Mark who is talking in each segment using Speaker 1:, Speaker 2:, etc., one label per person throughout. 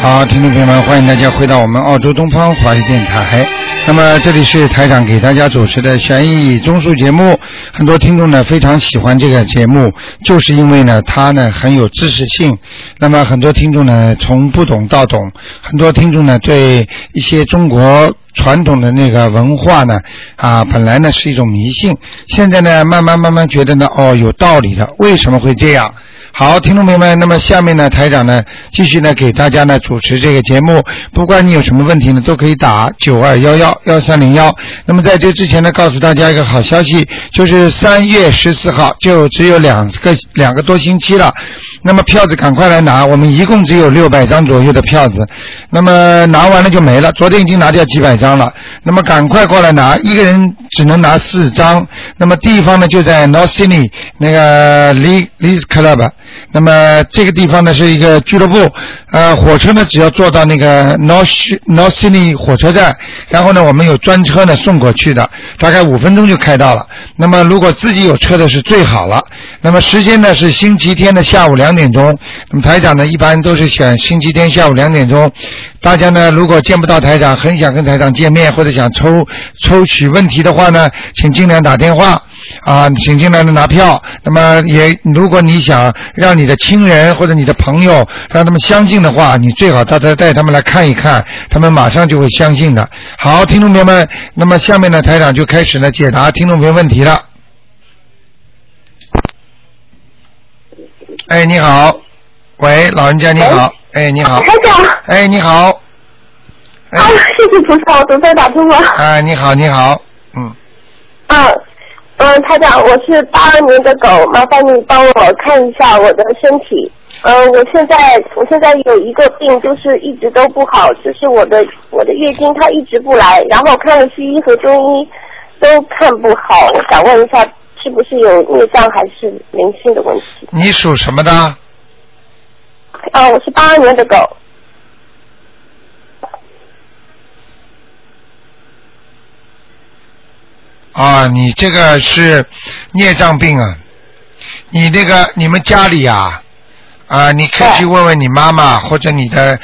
Speaker 1: 好，听众朋友们，欢迎大家回到我们澳洲东方华语电台。那么这里是台长给大家主持的悬疑综述节目，很多听众呢非常喜欢这个节目，就是因为呢它呢很有知识性。那么很多听众呢从不懂到懂，很多听众呢对一些中国传统的那个文化呢啊本来呢是一种迷信，现在呢慢慢慢慢觉得呢哦有道理的，为什么会这样？好，听众朋友们，那么下面呢，台长呢，继续呢给大家呢主持这个节目。不管你有什么问题呢，都可以打九二幺幺幺三零幺。那么在这之前呢，告诉大家一个好消息，就是三月十四号就只有两个两个多星期了。那么票子赶快来拿，我们一共只有六百张左右的票子。那么拿完了就没了，昨天已经拿掉几百张了。那么赶快过来拿，一个人只能拿四张。那么地方呢就在 North Sydney 那个 Lee Lee Club。那么这个地方呢是一个俱乐部，呃，火车呢只要坐到那个 North North Sydney 火车站，然后呢我们有专车呢送过去的，大概五分钟就开到了。那么如果自己有车的是最好了。那么时间呢是星期天的下午两点钟，那么台长呢一般都是选星期天下午两点钟。大家呢如果见不到台长，很想跟台长见面或者想抽抽取问题的话呢，请尽量打电话。啊，请进来的拿票。那么也，如果你想让你的亲人或者你的朋友让他们相信的话，你最好带他带他们来看一看，他们马上就会相信的。好，听众朋友们，那么下面呢，台长就开始呢解答听众朋友问题了。哎，你好，喂，老人家你好，哎，你好，
Speaker 2: 台长，
Speaker 1: 哎，你好，哎
Speaker 2: 啊，，谢谢菩萨，我总算打通了。
Speaker 1: 哎，你好，你好，嗯，
Speaker 2: 嗯，嗯，台长，我是八二年的狗，麻烦你帮我看一下我的身体。嗯，我现在我现在有一个病，就是一直都不好，就是我的我的月经它一直不来，然后看了西医和中医都看不好，我想问一下，是不是有孽障还是灵性的问题？
Speaker 1: 你属什么的？
Speaker 2: 啊，我是八二年的狗，
Speaker 1: 啊，你这个是孽障病啊！你那个你们家里啊，啊，你可以去问问你妈妈或者你的，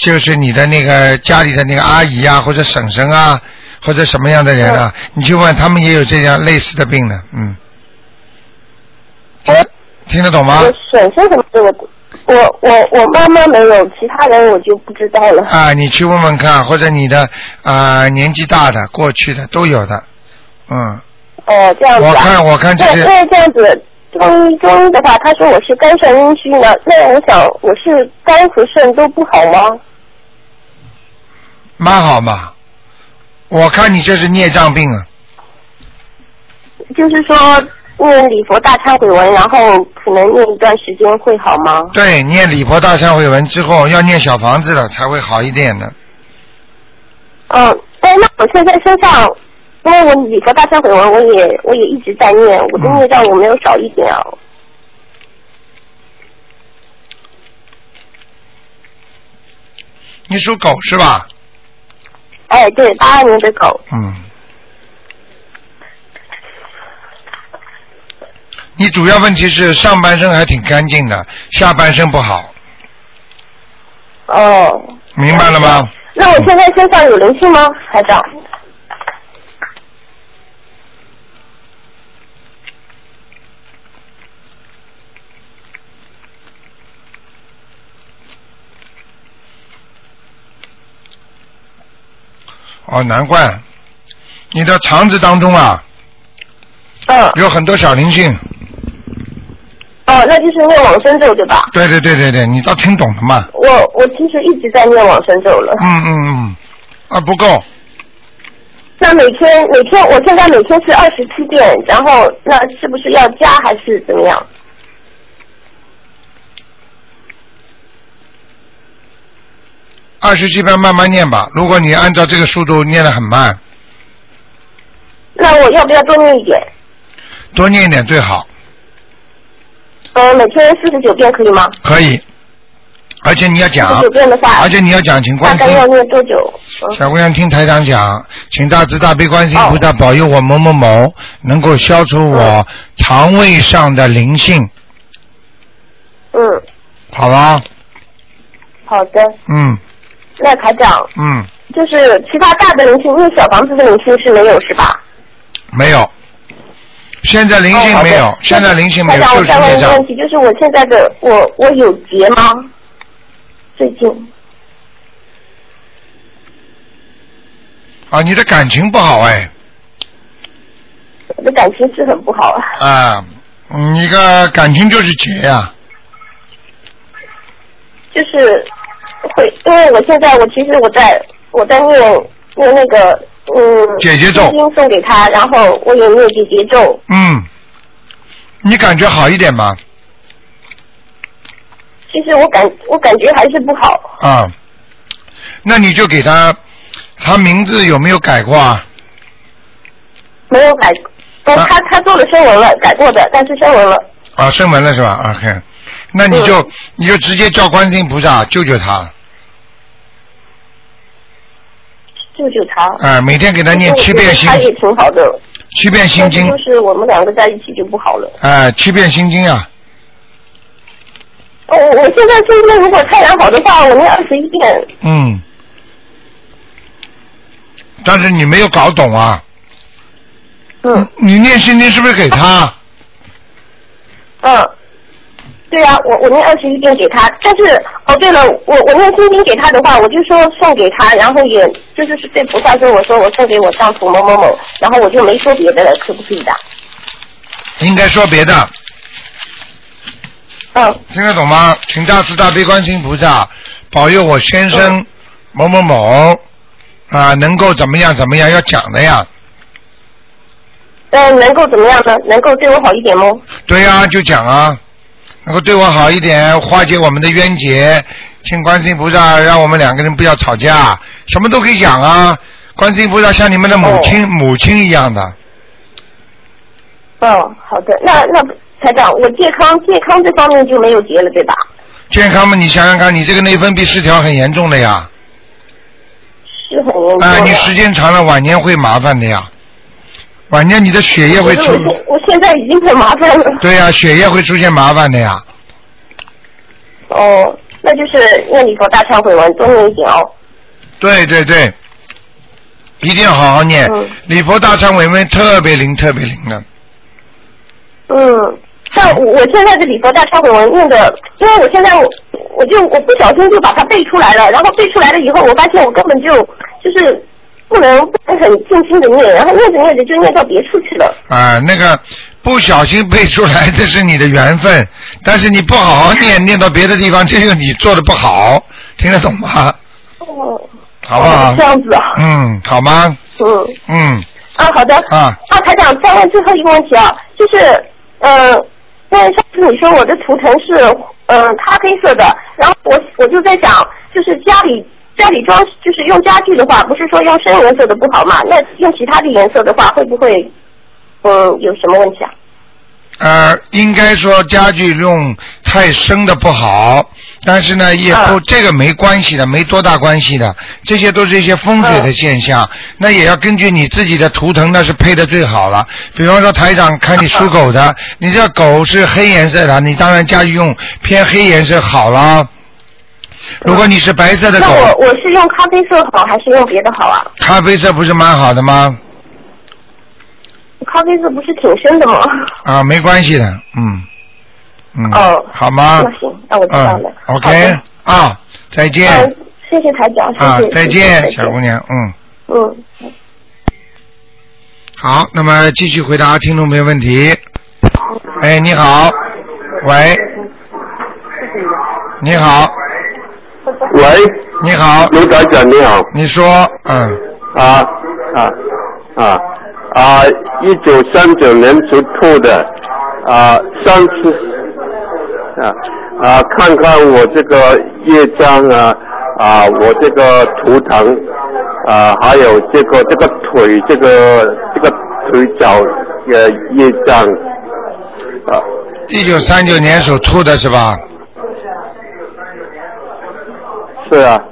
Speaker 1: 就是你的那个家里的那个阿姨啊，或者婶婶啊，或者什么样的人啊，你去问他们也有这样类似的病的，嗯。听
Speaker 2: 哎
Speaker 1: 听得懂吗？
Speaker 2: 我婶婶什么的，我我我我妈妈没有，其他人我就不知道了。
Speaker 1: 啊，你去问问看，或者你的啊、年纪大的、过去的都有的，嗯。
Speaker 2: 哦，这样子、啊。
Speaker 1: 我看我看这
Speaker 2: 那
Speaker 1: 是
Speaker 2: 那这样子，中医中医的话，他说我是肝肾阴虚呢，那我想我是肝和肾都不好吗？
Speaker 1: 蛮好嘛。我看你这是孽障病啊，
Speaker 2: 就是说念礼佛大忏悔文，然后可能念一段时间会好吗？
Speaker 1: 对，念礼佛大忏悔文之后要念小房子了才会好一点的。
Speaker 2: 嗯，哎，那我现在身上。因为我礼佛大忏悔文，我也我也一直在念，我的
Speaker 1: 嗯
Speaker 2: 孽障有没有少一点啊？
Speaker 1: 你属狗是吧？
Speaker 2: 哎，对，八二年的狗，
Speaker 1: 嗯。你主要问题是上半身还挺干净的，下半身不好，
Speaker 2: 哦，
Speaker 1: 明白了吗？嗯
Speaker 2: 那我现在身上有灵性吗，台长？
Speaker 1: 哦，难怪，你的肠子当中啊
Speaker 2: 嗯，
Speaker 1: 有很多小灵性。
Speaker 2: 哦，那就是念往生咒对吧？
Speaker 1: 对对对对对，你倒听懂了嘛？
Speaker 2: 我我其实一直在念往生咒了。
Speaker 1: 嗯嗯嗯，啊不够，
Speaker 2: 那每天每天，我现在每天是二十七遍，然后那是不是要加还是怎么样？
Speaker 1: 二十七遍慢慢念吧。如果你按照这个速度念得很慢，
Speaker 2: 那我要不要多念一点？
Speaker 1: 多念一点最好，
Speaker 2: 嗯，每天四十九遍可以吗？
Speaker 1: 可以。而且你要
Speaker 2: 四十
Speaker 1: 讲
Speaker 2: 九，遍的话
Speaker 1: 而，且你要讲，请
Speaker 2: 大
Speaker 1: 观世
Speaker 2: 概要
Speaker 1: 音，
Speaker 2: 念多久？嗯，
Speaker 1: 小姑娘听台长讲，请大慈大悲观世音菩萨
Speaker 2: 哦
Speaker 1: 保佑我某某某能够消除我
Speaker 2: 嗯
Speaker 1: 肠胃上的灵性，
Speaker 2: 嗯
Speaker 1: 好吧？
Speaker 2: 好的。
Speaker 1: 嗯，
Speaker 2: 那台长，
Speaker 1: 嗯，
Speaker 2: 就是其他大的灵性，因为小房子的灵性是没有是吧？
Speaker 1: 没有。现在灵性没有，
Speaker 2: 哦好的
Speaker 1: 现在灵性没有，
Speaker 2: 台长，
Speaker 1: 就
Speaker 2: 我
Speaker 1: 是孽
Speaker 2: 再问一个
Speaker 1: 障
Speaker 2: 问。题，就是我现在的我我有结吗？最近
Speaker 1: 啊，你的感情不好哎，
Speaker 2: 我的感情是很不好啊。
Speaker 1: 啊，你个感情就是结呀、
Speaker 2: 就是会，因为我现在我其实我在我在念念那个嗯，
Speaker 1: 姐姐咒
Speaker 2: 心经送给他，然后我也念姐姐咒，
Speaker 1: 嗯，你感觉好一点吗？
Speaker 2: 其实我感我感觉还是不好，
Speaker 1: 啊，那你就给他，他名字有没有改过啊？
Speaker 2: 没有改。但
Speaker 1: 啊
Speaker 2: 他他做了声纹了，改过的，但是声纹了。
Speaker 1: 啊，声纹了是吧？OK，那你就、你就直接叫观世音菩萨救救他，啊、
Speaker 2: 救救他！
Speaker 1: 每天给他啊
Speaker 2: 嗯
Speaker 1: 念七遍心
Speaker 2: 他也挺好的，
Speaker 1: 七遍心经，
Speaker 2: 但
Speaker 1: 啊
Speaker 2: 是、就是我们两个在一起就不好了。
Speaker 1: 七遍心经啊，
Speaker 2: 哦，我现在今天如果太阳好的话，我念二十一遍。
Speaker 1: 嗯，但是你没有搞懂啊，
Speaker 2: 嗯
Speaker 1: 你念心经是不是给他？
Speaker 2: 嗯，对啊，我我念二十一遍给他，但是哦对了，我我念心经给他的话，我就说送给他，然后也就是是对菩萨说，我说我送给我丈夫某某某，然后我就没说别的了，可不可以的？
Speaker 1: 应该说别的，
Speaker 2: 嗯
Speaker 1: 听得懂吗？请大慈大悲观世音菩萨保佑我先
Speaker 2: 哦
Speaker 1: 生某某某啊，能够怎么样怎么样，要讲的呀。
Speaker 2: 嗯，能够怎么样呢？能够对我好一点吗？
Speaker 1: 对呀、就讲啊，能够对我好一点，化解我们的冤结，请观世音菩萨让我们两个人不要吵架，什么都可以讲啊。观世音菩萨像你们的母
Speaker 2: 哦
Speaker 1: 亲、母亲一样的，
Speaker 2: 嗯，好的，那那台长，我健康健康这方面就没有结了，对吧？
Speaker 1: 健康嘛，你想想看，你这个内分泌失调很严重的呀，
Speaker 2: 是很严重的。
Speaker 1: 啊、你时间长了晚年会麻烦的呀，晚年你的血液会
Speaker 2: 可是
Speaker 1: 出
Speaker 2: 我，现我现在已经很麻烦了。
Speaker 1: 对呀、血液会出现麻烦的呀。
Speaker 2: 哦，那就是念礼佛大忏悔文多念一点哦。
Speaker 1: 对对对，一定要好好念。
Speaker 2: 嗯
Speaker 1: 礼佛大忏悔文特别灵，特别灵的。
Speaker 2: 嗯，像我我现在的礼佛大忏悔文念的，因为我现在我我就我不小心就把它背出来了，然后背出来了以后，我发现我根本就就是不能不能很静心的念，然后念着念着就念到别处去了。
Speaker 1: 啊、那个不小心背出来，这是你的缘分。但是你不好好念，念到别的地方，这就是你做的不好，听得懂吗？
Speaker 2: 哦，
Speaker 1: 好不好
Speaker 2: 这？样子啊，
Speaker 1: 嗯，好吗？
Speaker 2: 嗯，
Speaker 1: 嗯，
Speaker 2: 啊，好的，
Speaker 1: 啊，
Speaker 2: 啊，台长，再问最后一个问题啊，就是，呃，那上次你说我的图腾是，呃，咖啡色的，然后我我就在想，就是家里家里装就是用家具的话，不是说用深颜色的不好嘛？那用其他的颜色的话，会不会，嗯，有什么问题啊？
Speaker 1: 呃，应该说家具用太深的不好，但是呢，也不、
Speaker 2: 嗯
Speaker 1: 这个没关系的，没多大关系的，这些都是一些风水
Speaker 2: 嗯
Speaker 1: 的现象。那也要根据你自己的图腾，那是配的最好了。比方说台长看你属狗
Speaker 2: 啊
Speaker 1: 的，你这狗是黑颜色的，你当然家具用偏黑颜色好了。如果你是白色的
Speaker 2: 嗯那
Speaker 1: 狗，
Speaker 2: 我我是用咖啡色好还是用别的好啊？
Speaker 1: 咖啡色不是蛮好的吗？
Speaker 2: 咖啡色不是挺深的吗？
Speaker 1: 啊，没关系的，嗯，嗯，
Speaker 2: 哦
Speaker 1: 好吗？
Speaker 2: 那行，那我知道了
Speaker 1: 嗯。
Speaker 2: 好
Speaker 1: ，OK
Speaker 2: 的
Speaker 1: 啊，再见、
Speaker 2: 嗯，谢谢台长，谢谢，
Speaker 1: 啊
Speaker 2: 谢，谢
Speaker 1: 再见，小
Speaker 2: 再
Speaker 1: 姑
Speaker 2: 见，
Speaker 1: 娘，嗯，
Speaker 2: 嗯。
Speaker 1: 好，那么继续回答听众朋友问题。哎，你好，喂，你好，
Speaker 3: 喂，
Speaker 1: 你好，
Speaker 3: 卢台长你好，
Speaker 1: 你说，嗯，
Speaker 3: 啊啊啊啊！一九三九年属兔的，啊，上次啊啊，看看我这个业障啊啊，我这个图腾啊，还有这个这个腿这个这个腿脚呃业障啊
Speaker 1: 一九三九年属兔的是吧？
Speaker 3: 是啊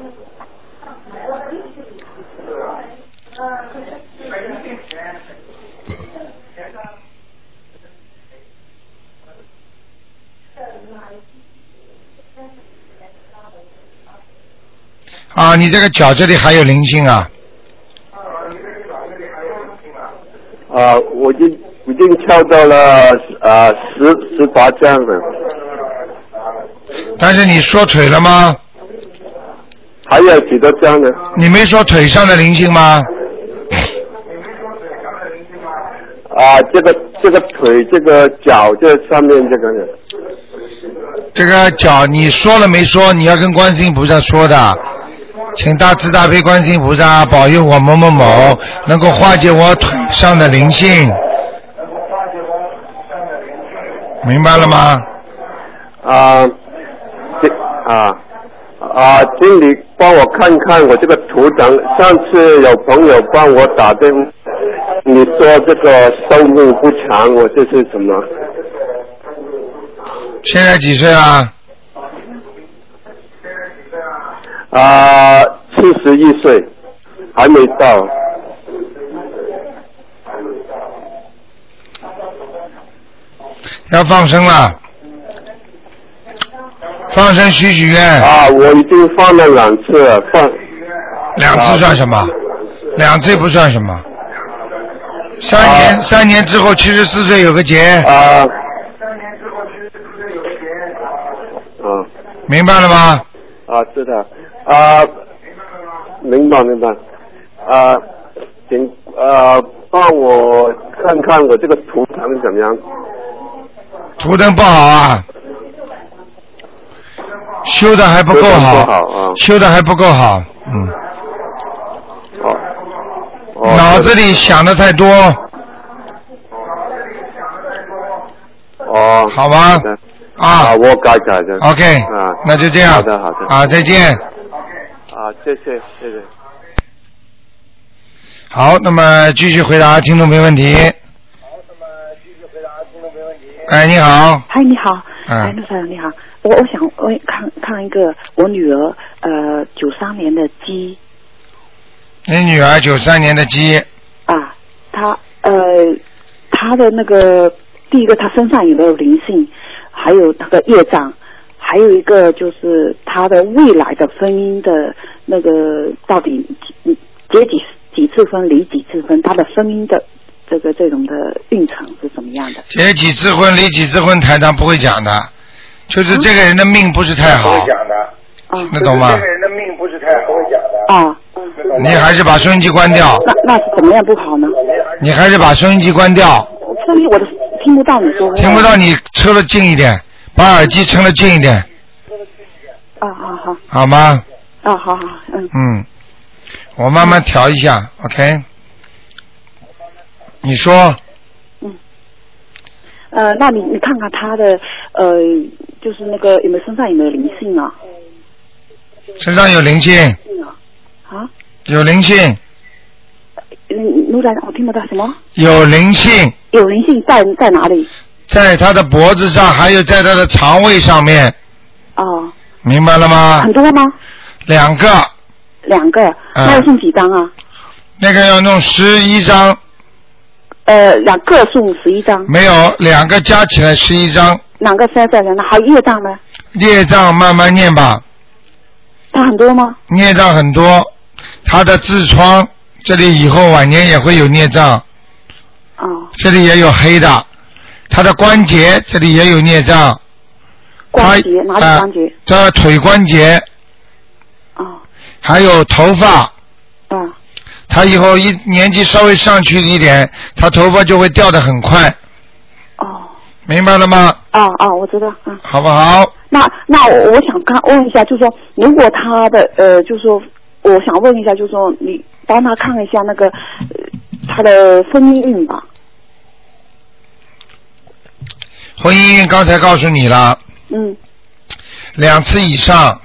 Speaker 1: 啊、啊，你这个脚这里还有灵性啊，
Speaker 3: 啊，我已经已经敲到了啊十十八张了，
Speaker 1: 但是你说腿了吗？
Speaker 3: 还有几多张呢？
Speaker 1: 你没说腿上的灵性吗？
Speaker 3: 啊，这个这个腿这个脚这上面这个呢？
Speaker 1: 这个脚你说了没说？你要跟观世音菩萨说的，请大慈大悲观世音菩萨保佑我某某某能够化解我腿上的灵性，明白了吗？
Speaker 3: 啊，这啊啊，经理帮我看看我这个图腾。上次有朋友帮我打电，你说这个寿命不长，我这是什么？
Speaker 1: 现在几岁啊？
Speaker 3: 啊，七十一岁，还没到。
Speaker 1: 要放生了，放生许许愿，
Speaker 3: 啊，我已经放了两次了，放
Speaker 1: 两次算什么？
Speaker 3: 啊
Speaker 1: 两次不算什么。三年，
Speaker 3: 啊
Speaker 1: 三年之后七十四岁有个劫，
Speaker 3: 啊啊
Speaker 1: 明白了吗？
Speaker 3: 啊啊，知道啊，明白明白啊，请啊帮我看看我这个图腾怎么样？
Speaker 1: 图腾不好啊，修的还不够
Speaker 3: 图腾不好啊
Speaker 1: 修的还不够好，嗯，
Speaker 3: 哦，哦
Speaker 1: 脑子里想的太多，啊
Speaker 3: 哦，
Speaker 1: 好吧
Speaker 3: 好的
Speaker 1: 啊
Speaker 3: 我改改的。
Speaker 1: ，OK，
Speaker 3: 啊，
Speaker 1: 那就这样，
Speaker 3: 好的好的
Speaker 1: 啊，再见。
Speaker 3: 啊，谢谢谢谢。
Speaker 1: 好，那么继续回答听众朋友问题。哎，你好，
Speaker 4: 嗨，你好，
Speaker 1: 嗯
Speaker 4: 哎，陆先生你好，我我想我看看一个我女儿，呃，九三年的鸡
Speaker 1: 你女儿九三年的鸡，
Speaker 4: 啊，她呃，她的那个第一个她身上有没有灵性，还有那个业障，还有一个就是她的未来的婚姻的那个到底几结几几次婚，离几次婚，她的婚姻的这个这种的运程是怎么样的？
Speaker 1: 结几次婚，离几次婚，台长不会讲的，就是
Speaker 3: 嗯
Speaker 1: 这个人的命不是太
Speaker 5: 不会
Speaker 1: 好，
Speaker 5: 讲的，
Speaker 4: 啊
Speaker 1: 听得懂吗哦
Speaker 5: 这个？人的命不是太好，不会讲的。
Speaker 4: 啊，
Speaker 1: 你还是把收音机关掉，
Speaker 4: 那那是怎么样不好呢？
Speaker 1: 你还是把收音机关掉，
Speaker 4: 所以我都听不到你说话。
Speaker 1: 听不到你抽的近一点，把耳机撑的近一点，
Speaker 4: 啊，好好
Speaker 1: 好吗？
Speaker 4: 啊，好好，嗯，
Speaker 1: 嗯，我慢慢调一下，OK？你说
Speaker 4: 呃，那你你看看他的呃，就是那个有没有身上有没有灵性啊？
Speaker 1: 身上有灵性，
Speaker 4: 啊，
Speaker 1: 有灵性，
Speaker 4: 嗯，卢长，我听不到什么？
Speaker 1: 有灵性，
Speaker 4: 有灵性在在哪里？
Speaker 1: 在他的脖子上，还有在他的肠胃上面，
Speaker 4: 哦，
Speaker 1: 明白了吗
Speaker 4: 很？多吗？
Speaker 1: 两个，
Speaker 4: 两
Speaker 1: 啊
Speaker 4: 个，那要送几张啊？
Speaker 1: 那个要弄十一张，
Speaker 4: 呃，两个送十一张，
Speaker 1: 没有两个加起来十一张，
Speaker 4: 两个三三张，那还有业障呢？
Speaker 1: 孽障慢慢念吧，
Speaker 4: 他很多吗？
Speaker 1: 孽障很多，他的痔疮这里以后晚年也会有孽障，
Speaker 4: 哦，
Speaker 1: 这里也有黑的，他的关节这里也有孽障，
Speaker 4: 关节
Speaker 1: 他啊呃
Speaker 4: 哪里关节？
Speaker 1: 这腿关节
Speaker 4: 哦，
Speaker 1: 还有头发，
Speaker 4: 啊，
Speaker 1: 他以后一年纪稍微上去一点，他头发就会掉得很快，
Speaker 4: 哦，
Speaker 1: 明白了吗？
Speaker 4: 哦哦，我知道，嗯。
Speaker 1: 好不好？
Speaker 4: 那那我我想看问一下，就是说，如果他的呃，就是说，我想问一下，就是说，你帮他看一下那个、呃、他的婚姻运吧。
Speaker 1: 婚姻运刚才告诉你了，
Speaker 4: 嗯，
Speaker 1: 两次以上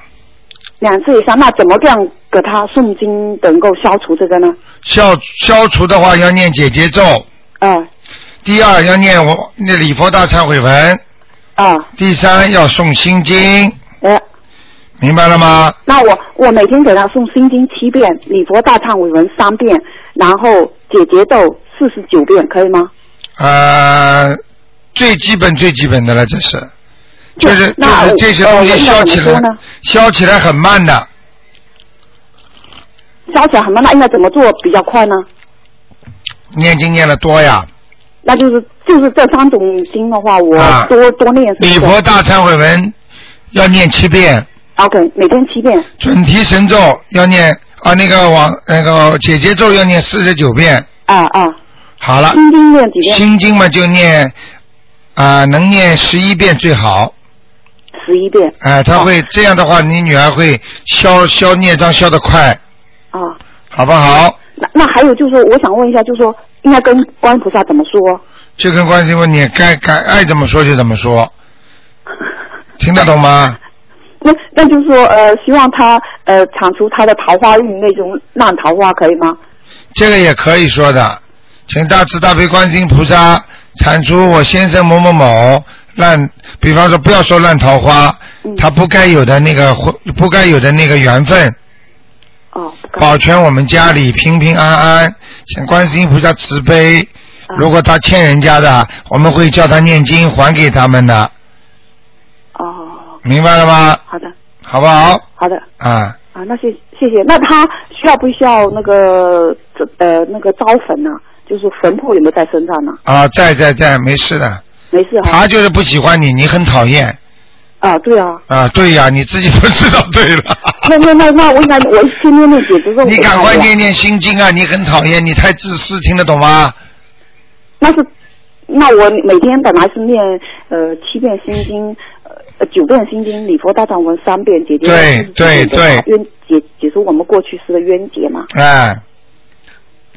Speaker 4: 两次以上，那怎么这样给他诵经能够消除这个呢？
Speaker 1: 消消除的话要念解结咒，
Speaker 4: 啊
Speaker 1: 第二要念我那礼佛大忏悔文，
Speaker 4: 啊
Speaker 1: 第三要诵心经，
Speaker 4: 哎，
Speaker 1: 明白了吗？
Speaker 4: 那我我每天给他诵心经七遍，礼佛大忏悔文三遍，然后解结咒四十九遍，可以吗？
Speaker 1: 呃，最基本最基本的了，这是，就是就
Speaker 4: 那
Speaker 1: 是
Speaker 4: 我
Speaker 1: 这些东西
Speaker 4: 呃
Speaker 1: 消起
Speaker 4: 我应该
Speaker 1: 来
Speaker 4: 怎么说呢，
Speaker 1: 消起来很慢的，
Speaker 4: 消起来很慢，那应该怎么做比较快呢？
Speaker 1: 念经念的多呀，
Speaker 4: 那就是就是这三种经的话，我
Speaker 1: 啊
Speaker 4: 多、多念是不
Speaker 1: 礼
Speaker 4: 是
Speaker 1: 佛大忏悔文要念七遍，
Speaker 4: OK，每天七遍。
Speaker 1: 准提神咒要念啊，那个往那个姐姐咒要念四十九遍。
Speaker 4: 啊啊，
Speaker 1: 好了，
Speaker 4: 心经念几遍？
Speaker 1: 心经嘛就念啊、能念十一遍最好。
Speaker 4: 十一遍。
Speaker 1: 哎、他会这样的话，你女儿会消消孽障消得快，
Speaker 4: 啊，
Speaker 1: 好不好？
Speaker 4: 那那还有就是，我想问一下，就是说应该跟观音菩萨怎么说？
Speaker 1: 就跟关系问你该该爱怎么说就怎么说，听得懂吗？
Speaker 4: 那那就是说，呃，希望他呃铲除他的桃花运那种烂桃花，可以吗？
Speaker 1: 这个也可以说的，请大慈大悲观世音菩萨铲除我先生某某某烂，比方说不要说烂桃花，
Speaker 4: 嗯
Speaker 1: 他不该有的那个婚不该有的那个缘分，
Speaker 4: 哦，不可以
Speaker 1: 保全我们家里平平安安，请观世音菩萨慈悲。
Speaker 4: 啊
Speaker 1: 如果他欠人家的，我们会叫他念经还给他们的，
Speaker 4: 哦，
Speaker 1: 明白了吗？
Speaker 4: 好的，
Speaker 1: 好不好？
Speaker 4: 好的
Speaker 1: 啊，
Speaker 4: 啊，那谢谢谢。那他需要不需要那个这呃那个招坟呢、就是坟铺有没有在身上呢？
Speaker 1: 啊，在在在，没事的。
Speaker 4: 没事哈。
Speaker 1: 他就是不喜欢你，你很讨厌
Speaker 4: 啊，对啊。
Speaker 1: 啊。对呀，你自己不知道对了。
Speaker 4: 那那那那我应该我天天念姐姐咒。
Speaker 1: 你赶
Speaker 4: 我
Speaker 1: 快
Speaker 4: 看一下
Speaker 1: 念念心经啊！你很讨厌，你太自私，听得懂吗？
Speaker 4: 那是，那我每天本来是念呃七遍心经，呃九遍心经，礼佛大忏文三遍，解决
Speaker 1: 对对对
Speaker 4: 冤解解除我们过去式的冤结嘛，
Speaker 1: 哎，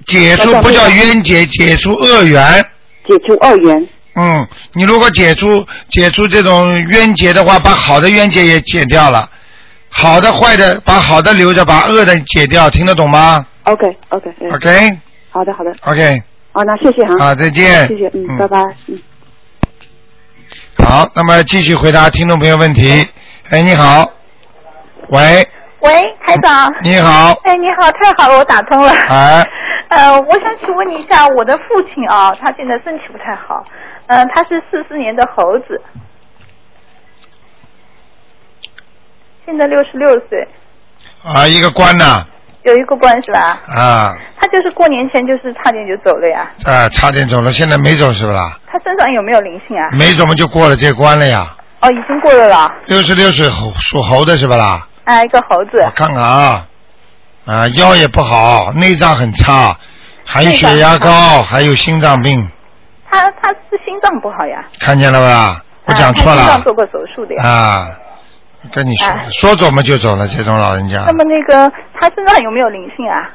Speaker 1: 解除不叫冤结，解除恶缘。
Speaker 4: 解除二元。
Speaker 1: 嗯，你如果解除解除这种冤结的话，把好的冤结也解掉了，好的坏的把好的留着，把恶的解掉，听得懂吗
Speaker 4: OK OK，, 嗯
Speaker 1: ？OK
Speaker 4: 好的好的，
Speaker 1: OK，
Speaker 4: 好，那谢谢哈，
Speaker 1: 好，再见。
Speaker 4: 谢谢，嗯，拜拜，嗯。
Speaker 1: 好，那么继续回答听众朋友问题。哎，你好，喂，
Speaker 6: 喂，台长。
Speaker 1: 你好，
Speaker 6: 哎，你好，太好了，我打通了。
Speaker 1: 哎，
Speaker 6: 呃，我想请问你一下，我的父亲啊，他现在身体不太好，嗯、他是四四年的猴子，现在六十六岁，
Speaker 1: 啊，一个官呐，
Speaker 6: 有一个关是吧？
Speaker 1: 啊
Speaker 6: 他就是过年前就是差点就走了呀，
Speaker 1: 啊，差点走了，现在没走是不啦？
Speaker 6: 他身上有没有灵性啊？
Speaker 1: 没走嘛就过了这关了呀。
Speaker 6: 哦，已经过了了，
Speaker 1: 六十六岁猴属猴的是不啦？
Speaker 6: 啊，一个猴子
Speaker 1: 我，看看啊，啊，腰也不好，内脏很差，还有血压高，还有心脏病，
Speaker 6: 他他是心脏不好呀，
Speaker 1: 看见了吧？我讲错
Speaker 6: 啊他心
Speaker 1: 了
Speaker 6: 脏做过手术的呀。
Speaker 1: 啊，跟你说
Speaker 6: 哎
Speaker 1: 说走嘛就走了，这种老人家
Speaker 6: 那，么那个他身上有没有灵性啊？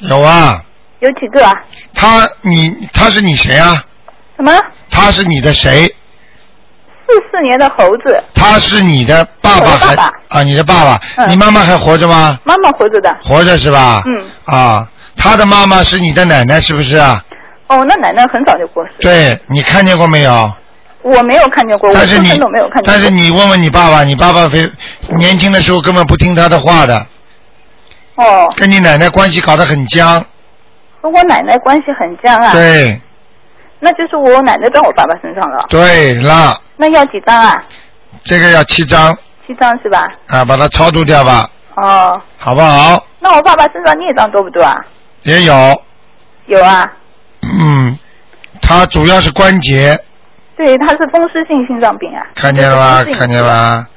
Speaker 1: 有啊，
Speaker 6: 有几个啊？
Speaker 1: 他你他是你谁啊？
Speaker 6: 什么？
Speaker 1: 他是你的谁？
Speaker 6: 四四年的猴子，
Speaker 1: 他是你的爸
Speaker 6: 我
Speaker 1: 爸
Speaker 6: 的爸
Speaker 1: 还
Speaker 6: 爸
Speaker 1: 啊？你的爸爸？
Speaker 6: 嗯
Speaker 1: 你妈妈还活着吗？
Speaker 6: 妈妈活着的。
Speaker 1: 活着是吧？
Speaker 6: 嗯。
Speaker 1: 啊，他的妈妈是你的奶奶是不是啊？
Speaker 6: 哦，那奶奶很早就过世了，
Speaker 1: 对，你看见过没有？
Speaker 6: 我没有看见过，我
Speaker 1: 但是
Speaker 6: 出
Speaker 1: 你
Speaker 6: 生都没有看见过。
Speaker 1: 但是你问问你爸爸，你爸爸非年轻的时候根本不听他的话的，
Speaker 6: 哦，
Speaker 1: 跟你奶奶关系搞得很僵。
Speaker 6: 跟我奶奶关系很僵啊。。
Speaker 1: 对
Speaker 6: 那就是我奶奶到我爸爸身上了，
Speaker 1: 对啦，
Speaker 6: 那要几张啊？
Speaker 1: 这个要七张
Speaker 6: 七张是吧？
Speaker 1: 啊，把它超度掉吧，
Speaker 6: 哦，
Speaker 1: 好不好？
Speaker 6: 那我爸爸身上孽障多不多啊？
Speaker 1: 也有，
Speaker 6: 有啊，
Speaker 1: 嗯，他主要是关节，
Speaker 6: 对，他是风湿性心脏病啊。
Speaker 1: 看见了
Speaker 6: 就是
Speaker 1: 吧？
Speaker 6: 风湿性
Speaker 1: 看见了吧？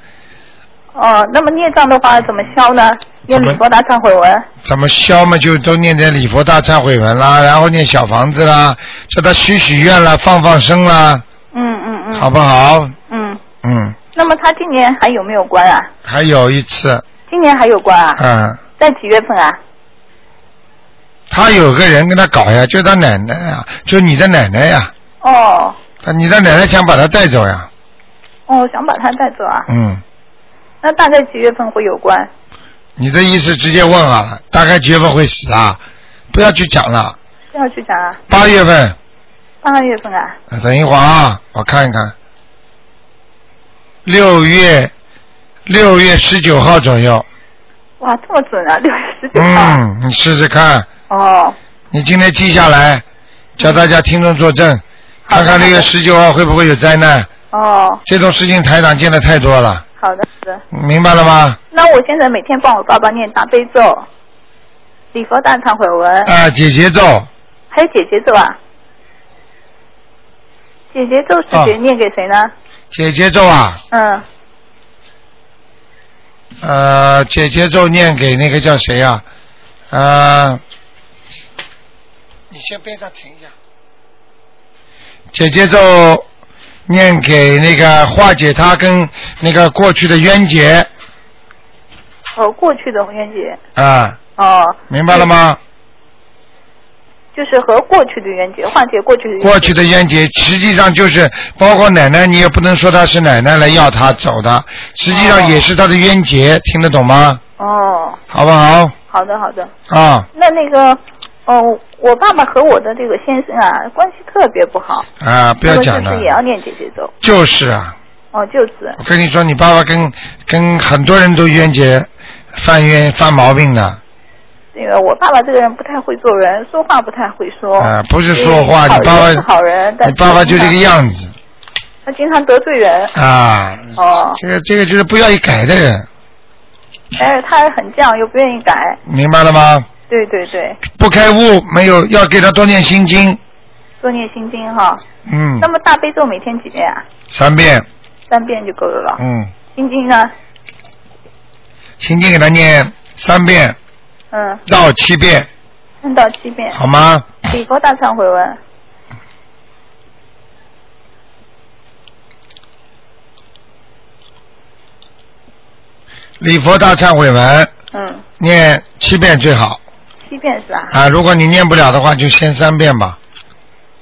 Speaker 6: 哦，那么孽障的话怎么消呢？念
Speaker 1: 怎么
Speaker 6: 礼佛大忏悔文。
Speaker 1: 怎么消嘛？就都念点礼佛大忏悔文啦，然后念小房子啦，叫他许许愿啦，放放生啦，
Speaker 6: 嗯嗯嗯。
Speaker 1: 好不好？
Speaker 6: 嗯，
Speaker 1: 嗯，
Speaker 6: 那么他今年还有没有关啊？
Speaker 1: 还有一次，
Speaker 6: 今年还有关啊？
Speaker 1: 嗯。
Speaker 6: 在几月份啊？
Speaker 1: 他有个人跟他搞呀，就是他奶奶呀，就是你的奶奶呀，
Speaker 6: 哦
Speaker 1: 他你的奶奶想把他带走呀，
Speaker 6: 哦，想把他带 走啊？
Speaker 1: 嗯，
Speaker 6: 那大概几月份会有关？
Speaker 1: 你的意思直接问好了，大概几月份会死啊？不要去讲了，
Speaker 6: 不要去讲啊，
Speaker 1: 八月份，
Speaker 6: 八月份啊，
Speaker 1: 呃等一会儿啊，我看一看，六月六月十九号左右，
Speaker 6: 哇，这么准啊，六 月十九号。
Speaker 1: 嗯，你试试看，
Speaker 6: 哦，
Speaker 1: 你今天记下来，叫大家听众作证，
Speaker 6: 好
Speaker 1: 看
Speaker 6: 的
Speaker 1: 看六月
Speaker 6: 好的
Speaker 1: 十九号会不会有灾难，
Speaker 6: 哦，
Speaker 1: 这种事情台长见的太多了，
Speaker 6: 好好的，好的。
Speaker 1: 明白了吗？
Speaker 6: 那我现在每天帮我爸爸念大悲咒、礼佛大忏悔文，
Speaker 1: 啊，姐姐咒，
Speaker 6: 还有姐姐咒啊。姐姐咒是
Speaker 1: 哦
Speaker 6: 谁念给谁呢？
Speaker 1: 姐姐咒啊，
Speaker 6: 嗯，
Speaker 1: 呃，姐姐咒念给那个叫谁呀、啊？呃，你先边上停一下。姐姐咒念给那个化解他跟那个过去的冤结
Speaker 6: 哦，过去的冤结，
Speaker 1: 啊，
Speaker 6: 哦，
Speaker 1: 明白了吗？
Speaker 6: 就是和过去的冤结化解过去的冤结
Speaker 1: 过去的冤结实际上就是包括奶奶，你也不能说她是奶奶来要她走的，实际上也是她的冤结，听得懂吗？
Speaker 6: 哦，
Speaker 1: 好不好？
Speaker 6: 好的好的。
Speaker 1: 啊
Speaker 6: 那那个，哦，我爸爸和我的这个先生啊，关系特别不好。
Speaker 1: 啊，不要讲了
Speaker 6: 那么是，不是也要念姐姐咒？
Speaker 1: 就是啊。
Speaker 6: 哦，就是。
Speaker 1: 我跟你说，你爸爸跟跟很多人都冤结，犯冤犯毛病的啊、
Speaker 6: 那个我爸爸这个人不太会做人，说话不太会说。
Speaker 1: 啊不是说话，
Speaker 6: 哦嗯
Speaker 1: 你爸爸
Speaker 6: 好人是好人但
Speaker 1: 你爸爸就这个样子
Speaker 6: 他经常得罪人，
Speaker 1: 啊，
Speaker 6: 哦，
Speaker 1: 这个这个就是不愿意改的人，
Speaker 6: 但是他很犟，又不愿意改。
Speaker 1: 明白了吗？
Speaker 6: 对对对，
Speaker 1: 不开悟没有，要给他多念心经，
Speaker 6: 多念心经哈。
Speaker 1: 嗯
Speaker 6: 那，么大悲咒每天几遍啊？
Speaker 1: 三遍，
Speaker 6: 三遍就够了了。
Speaker 1: 嗯，
Speaker 6: 心经呢？
Speaker 1: 心经给他念三遍
Speaker 6: 嗯，
Speaker 1: 到七遍，
Speaker 6: 三到七遍。
Speaker 1: 好吗？
Speaker 6: 礼佛大忏悔文。
Speaker 1: 礼佛大忏悔文
Speaker 6: 嗯，
Speaker 1: 念七遍最好
Speaker 6: 七遍是吧？
Speaker 1: 啊，如果你念不了的话，就先三遍吧。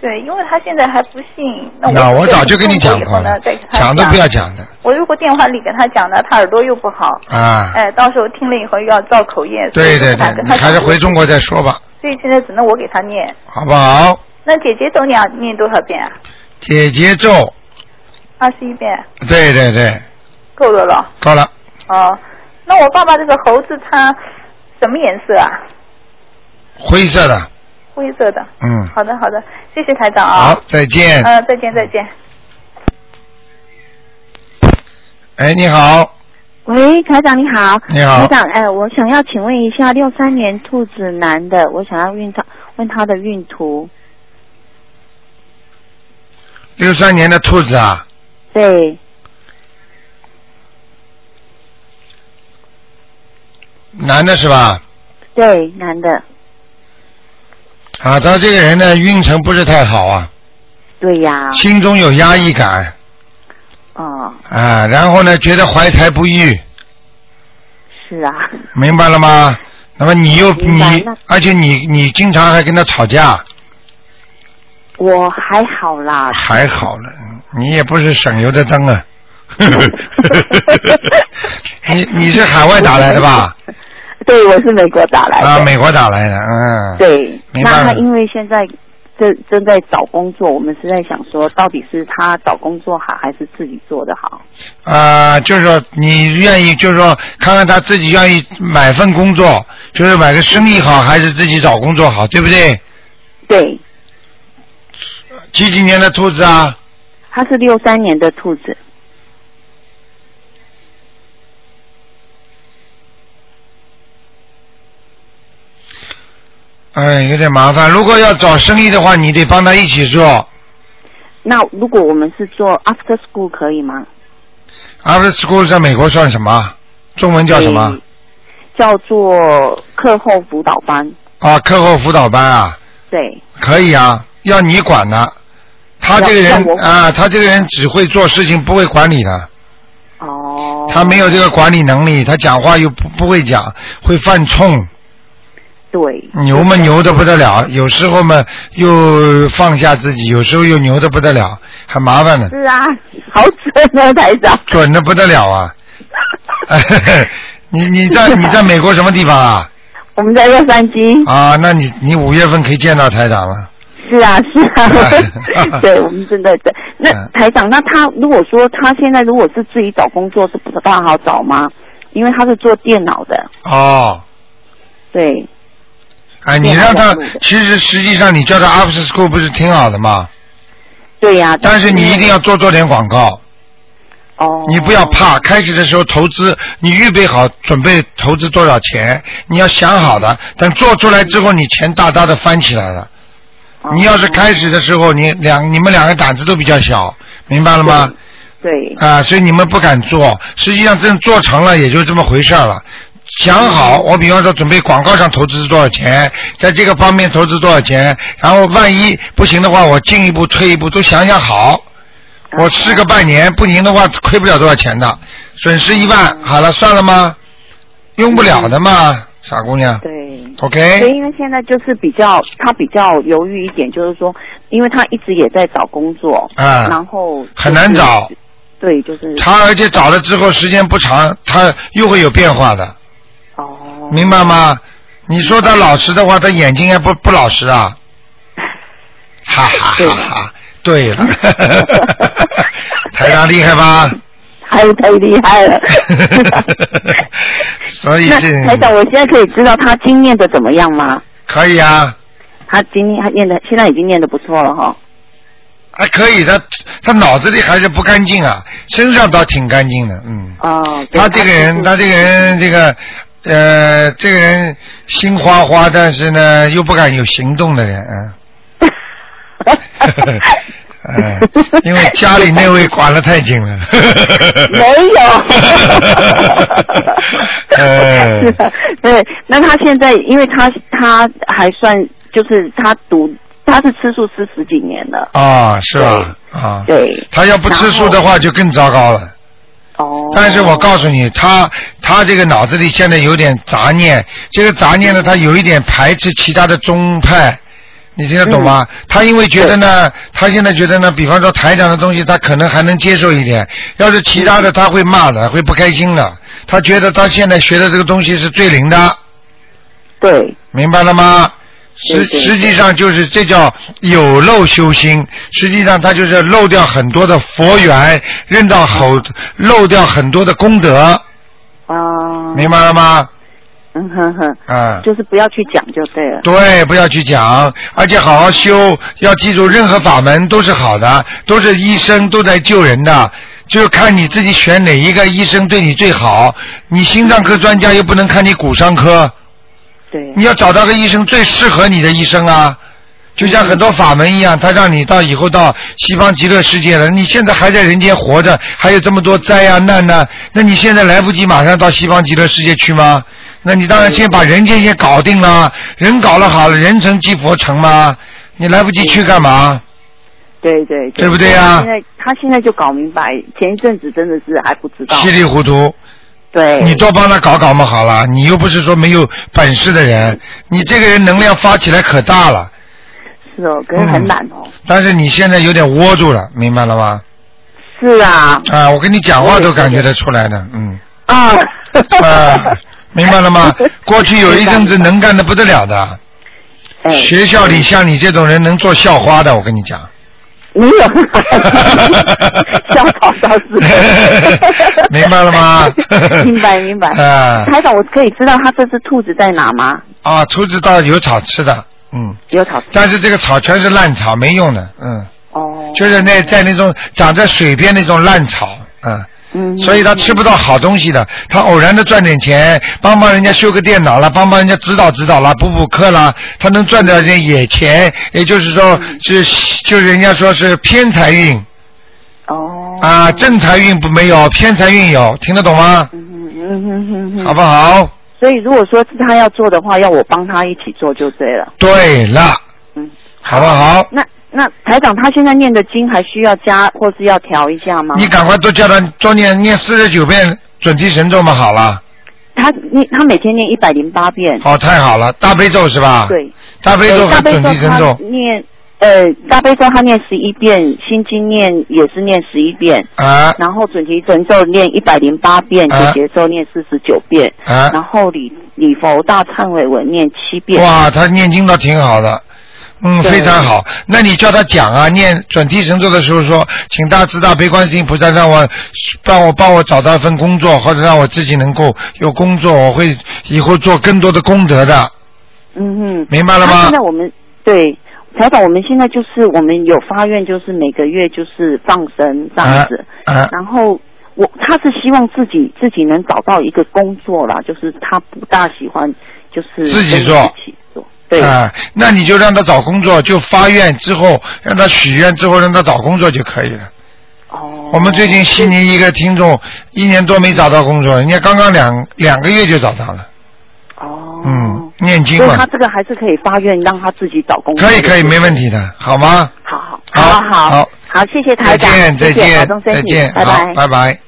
Speaker 6: 对，因为他现在还不信。那
Speaker 1: 那
Speaker 6: 我
Speaker 1: 我早就跟你讲
Speaker 6: 送
Speaker 1: 过
Speaker 6: 以后
Speaker 1: 了
Speaker 6: 呢再给，他
Speaker 1: 讲都不要讲的
Speaker 6: 我如果电话里给他讲呢，他耳朵又不好，
Speaker 1: 啊。
Speaker 6: 哎，到时候听了以后又要造口业。所
Speaker 1: 对
Speaker 6: 以就
Speaker 1: 对
Speaker 6: 不敢
Speaker 1: 对，
Speaker 6: 跟
Speaker 1: 你
Speaker 6: 他
Speaker 1: 还是
Speaker 6: 讲
Speaker 1: 回中国再说吧，
Speaker 6: 所以现在只能我给他念。
Speaker 1: 好不好？
Speaker 6: 那姐姐咒念念多少遍啊？
Speaker 1: 姐姐咒，
Speaker 6: 二十一遍，
Speaker 1: 对对对，
Speaker 6: 够了了。
Speaker 1: 够了，
Speaker 6: 哦，那我爸爸这个猴子它什么颜色啊？
Speaker 1: 灰色的，
Speaker 6: 灰色的。
Speaker 1: 嗯，
Speaker 6: 好的，好的，谢谢台长啊。
Speaker 1: 好，再见。
Speaker 6: 呃，再见，再见。
Speaker 1: 哎，你好，
Speaker 4: 喂，台长你好。
Speaker 1: 你好
Speaker 4: 台长，哎，我想要请问一下，六三年兔子男的，我想要运他问他的运途。
Speaker 1: 六三年的兔子啊，
Speaker 4: 对，
Speaker 1: 男的是吧？
Speaker 4: 对，男的，
Speaker 1: 啊，他这个人呢，运程不是太好啊，
Speaker 4: 对呀，
Speaker 1: 心中有压抑感
Speaker 4: 哦，
Speaker 1: 啊，然后呢，觉得怀才不遇，
Speaker 4: 是啊，
Speaker 1: 明白了吗？那么你又
Speaker 4: 明白
Speaker 1: 你
Speaker 4: 那，
Speaker 1: 而且你你经常还跟他吵架，
Speaker 4: 我还好啦，
Speaker 1: 还好了，你也不是省油的灯 啊。你你是海外打来的吧？
Speaker 4: 对，我是美国打来的，
Speaker 1: 啊，美国打来的，嗯。。
Speaker 4: 对，
Speaker 1: 明
Speaker 4: 那
Speaker 1: 白
Speaker 4: 他
Speaker 1: 了
Speaker 4: 因为现在正正在找工作，我们是在想说，到底是他找工作好，还是自己做的好？
Speaker 1: 啊、就是说你愿意，就是说看看他自己愿意买份工作，就是买个生意好，还是自己找工作好，对不对？
Speaker 4: 对，
Speaker 1: 几几年的兔子啊？
Speaker 4: 他是六三年的兔子，
Speaker 1: 哎，有点麻烦。如果要找生意的话，你得帮他一起做。
Speaker 4: 那如果我们是做 after school 可以吗？
Speaker 1: After school 在美国算什么？中文叫什么
Speaker 4: 嗯？？叫做课后辅导班。
Speaker 1: 啊，课后辅导班啊。
Speaker 4: 对，
Speaker 1: 可以啊，要你管的。他这个
Speaker 4: 要
Speaker 1: 人
Speaker 4: 要我管
Speaker 1: 啊，他这个人只会做事情，不会管理的。
Speaker 4: 哦。
Speaker 1: 他没有这个管理能力，他讲话又不不会讲，会犯冲，
Speaker 4: 对，
Speaker 1: 牛嘛牛的不得了。有时候嘛又放下自己，有时候又牛的不得了，很麻烦的
Speaker 4: 是，啊，好准啊，台长。
Speaker 1: 准的不得了啊！ 你你在你在美国什么地方啊？
Speaker 4: 我们在洛杉矶。
Speaker 1: 啊，那你你五月份可以见到台长了。
Speaker 4: 是 啊，是啊，对，我们真的对。那
Speaker 1: 嗯
Speaker 4: 台长，那他如果说他现在如果是自己找工作是不大好找吗？因为他是做电脑的，
Speaker 1: 哦，
Speaker 4: 对，
Speaker 1: 哎，你
Speaker 4: 电脑
Speaker 1: 让他
Speaker 4: 网络的，
Speaker 1: 其实实际上你叫他 after school 不是挺好的吗？
Speaker 4: 对呀、
Speaker 1: 但是你一定要做做点广告，
Speaker 4: 哦，
Speaker 1: 你不要怕，开始的时候投资，你预备好准备投资多少钱，你要想好了。等做出来之后，你钱大大的翻起来了。
Speaker 4: 哦
Speaker 1: 你要是开始的时候，你两你们两个胆子都比较小，明白了吗？
Speaker 4: 对，
Speaker 1: 啊，所以你们不敢做，实际上真做成了也就这么回事儿了。想好，
Speaker 4: 嗯
Speaker 1: 我比方说准备广告上投资多少钱，在这个方面投资多少钱，然后万一不行的话，我进一步退一步都想想好。
Speaker 4: 嗯
Speaker 1: 我试
Speaker 4: 啊
Speaker 1: 个半年，不行的话亏不了多少钱的，损失一万，好了，算了吗？用不了的嘛，傻姑娘。
Speaker 4: 嗯对。所以
Speaker 1: OK，
Speaker 4: 因为现在就是比较，他比较犹豫一点，就是说，因为他一直也在找工作，
Speaker 1: 啊
Speaker 4: 然后、就是
Speaker 1: 很难找。
Speaker 4: 对，就是
Speaker 1: 他而且找了之后时间不长，他又会有变化的。
Speaker 4: 哦，
Speaker 1: 明白吗？你说他老实的话，他眼睛还不不老实啊？哈哈哈哈！对 了，台长厉害吧？。
Speaker 4: 太太厉害了
Speaker 1: 所以
Speaker 4: 那
Speaker 1: 这
Speaker 4: 台长，我现在可以知道他经念的怎么样吗？
Speaker 1: 可以啊，
Speaker 4: 他经念他念的现在已经念的不错了哈。
Speaker 1: 还哎可以。他他脑子里还是不干净啊，身上倒挺干净的，嗯。
Speaker 4: 哦，对嗯
Speaker 1: 他这个人，他这个人，这个呃，这个人心花花，但是呢又不敢有行动的人，嗯。 哎，因为家里那位管得太紧了。。
Speaker 4: 没有
Speaker 1: 哎
Speaker 4: 是，的， 对，那他现在，因为他他还算，就是他读，他是吃素吃十几年了，
Speaker 1: 啊，是吧？啊，
Speaker 4: 对，
Speaker 1: 他要不吃素的话就更糟糕了。
Speaker 4: 哦。
Speaker 1: 但是我告诉你，他他这个脑子里现在有点杂念，这个杂念呢，
Speaker 4: 嗯
Speaker 1: 他有一点排斥其他的宗派，你听得懂吗？
Speaker 4: 嗯
Speaker 1: 他因为觉得呢，他现在觉得呢，比方说台长的东西，他可能还能接受一点，要是其
Speaker 4: 嗯
Speaker 1: 他的，他会骂的，会不开心的。他觉得他现在学的这个东西是最灵的，
Speaker 4: 对，
Speaker 1: 明白了吗？实
Speaker 4: 对对
Speaker 1: 实际上就是这叫有漏修心，实际上他就是漏掉很多的佛缘，认到后漏掉很多的功德，
Speaker 4: 啊，
Speaker 1: 明白了吗？
Speaker 4: 嗯哼哼，
Speaker 1: 啊、
Speaker 4: 就是不要去讲就对了。
Speaker 1: 对，不要去讲，而且好好修，要记住，任何法门都是好的，都是医生都在救人的，就是看你自己选哪一个医生对你最好。你心脏科专家又不能看你骨伤科，
Speaker 4: 对
Speaker 1: 你，要找到个医生最适合你的医生啊。就像很多法门一样，他让你到以后到西方极乐世界了，你现在还在人间活着，还有这么多灾啊难呐、那你现在来不及马上到西方极乐世界去吗？那你当然先把人间先搞定了，人搞了好了，人成即佛成嘛，你来不及去干嘛？
Speaker 4: 对对，
Speaker 1: 对不对呀
Speaker 4: 他现在他现在就搞明白，前一阵子真的是还不知道。
Speaker 1: 稀里糊涂，
Speaker 4: 对，
Speaker 1: 你多帮他搞搞嘛好了，你又不是说没有本事的人，你这个人能量发起来可大了，
Speaker 4: 是哦，可是很懒哦。
Speaker 1: 但是你现在有点窝住了，明白了吗？
Speaker 4: 是啊，
Speaker 1: 啊，我跟你讲话都感觉得出来的，嗯，
Speaker 4: 啊，
Speaker 1: 啊，明白了 吗？过去有一阵子能干的不得了的，
Speaker 4: 哎，
Speaker 1: 学校里像你这种人能做校花的，我跟你讲。。
Speaker 4: 没有， 哦笑跑消失
Speaker 1: 明白了吗
Speaker 4: 明白明白。
Speaker 1: 啊
Speaker 4: 台长，我可以知道他这只兔子在哪吗？
Speaker 1: 啊，兔子倒有草吃的，嗯，
Speaker 4: 有草。
Speaker 1: 但是这个草全是烂草，没用的，嗯，
Speaker 4: 哦。
Speaker 1: 就是那在那种长在水边那种烂草，嗯。
Speaker 4: 嗯。
Speaker 1: 所以他吃不到好东西的，他偶然的赚点钱，帮帮人家修个电脑啦，帮帮人家指导指导啦，补补课啦，他能赚点点野钱，也就是说是就是人家说是偏财运
Speaker 4: 哦。
Speaker 1: 啊，正财运不没有，偏财运有，听得懂吗？
Speaker 4: 嗯嗯嗯嗯
Speaker 1: 好
Speaker 4: 嗯。
Speaker 1: 不好？
Speaker 4: 所以如果说是他要做的话，要我帮他一起做就对了。
Speaker 1: 对了，
Speaker 4: 嗯，
Speaker 1: 好不好？
Speaker 4: 那那台长他现在念的经还需要加或是要调一下吗？
Speaker 1: 你赶快多叫他多念念四十九遍准提神咒嘛，好了，
Speaker 4: 他念他每天念一百零八遍。
Speaker 1: 好太好了，大悲咒是吧？，
Speaker 4: 对。
Speaker 1: 大悲咒
Speaker 4: 大
Speaker 1: 和
Speaker 4: 悲
Speaker 1: 准
Speaker 4: 咒
Speaker 1: 提神
Speaker 4: 他
Speaker 1: 咒
Speaker 4: 念，呃，大悲咒他念十一遍，心经念也是念十一遍，
Speaker 1: 啊
Speaker 4: 然后准提神咒念一百零八遍，
Speaker 1: 啊
Speaker 4: 解结咒念四十九遍，
Speaker 1: 啊！
Speaker 4: 然后礼礼佛大忏悔文念七遍。
Speaker 1: 哇，他念经倒挺好的，嗯，
Speaker 4: 对
Speaker 1: 非常好。那你叫他讲啊，念准提神咒的时候说，请大慈大悲观世音菩萨让我帮我帮我找到一份工作，或者让我自己能够有工作，我会以后做更多的功德的，
Speaker 4: 嗯哼，
Speaker 1: 明白了
Speaker 4: 那
Speaker 1: 吗
Speaker 4: 现？在我们对。台长，我们现在就是我们有发愿，就是每个月就是放生这样子，
Speaker 1: 啊啊
Speaker 4: 然后我他是希望自己自己能找到一个工作啦，就是他不大喜欢就是
Speaker 1: 自己
Speaker 4: 跟
Speaker 1: 做
Speaker 4: 人一起做，对，
Speaker 1: 啊，那你就让他找工作，就发愿之后，让他许愿之后，让他找工作就可以了。
Speaker 4: 哦，
Speaker 1: 我们最近悉尼一个听众一年多没找到工作，人家刚刚两两个月就找到了。
Speaker 4: 哦，
Speaker 1: 嗯，，念经
Speaker 4: 所以他
Speaker 1: 嘛，
Speaker 4: 这个还是可以发愿让他自己找工作，
Speaker 1: 可以可以，没问题的，好吗？
Speaker 4: 好好
Speaker 1: 好
Speaker 4: 好好
Speaker 1: 好
Speaker 4: 好，谢谢台
Speaker 1: 再
Speaker 4: 长，
Speaker 1: 见再
Speaker 4: 谢谢保
Speaker 1: 见
Speaker 4: 重
Speaker 1: 再
Speaker 4: 身体
Speaker 1: 见，
Speaker 4: 拜
Speaker 1: 好
Speaker 4: 拜，
Speaker 1: 拜拜。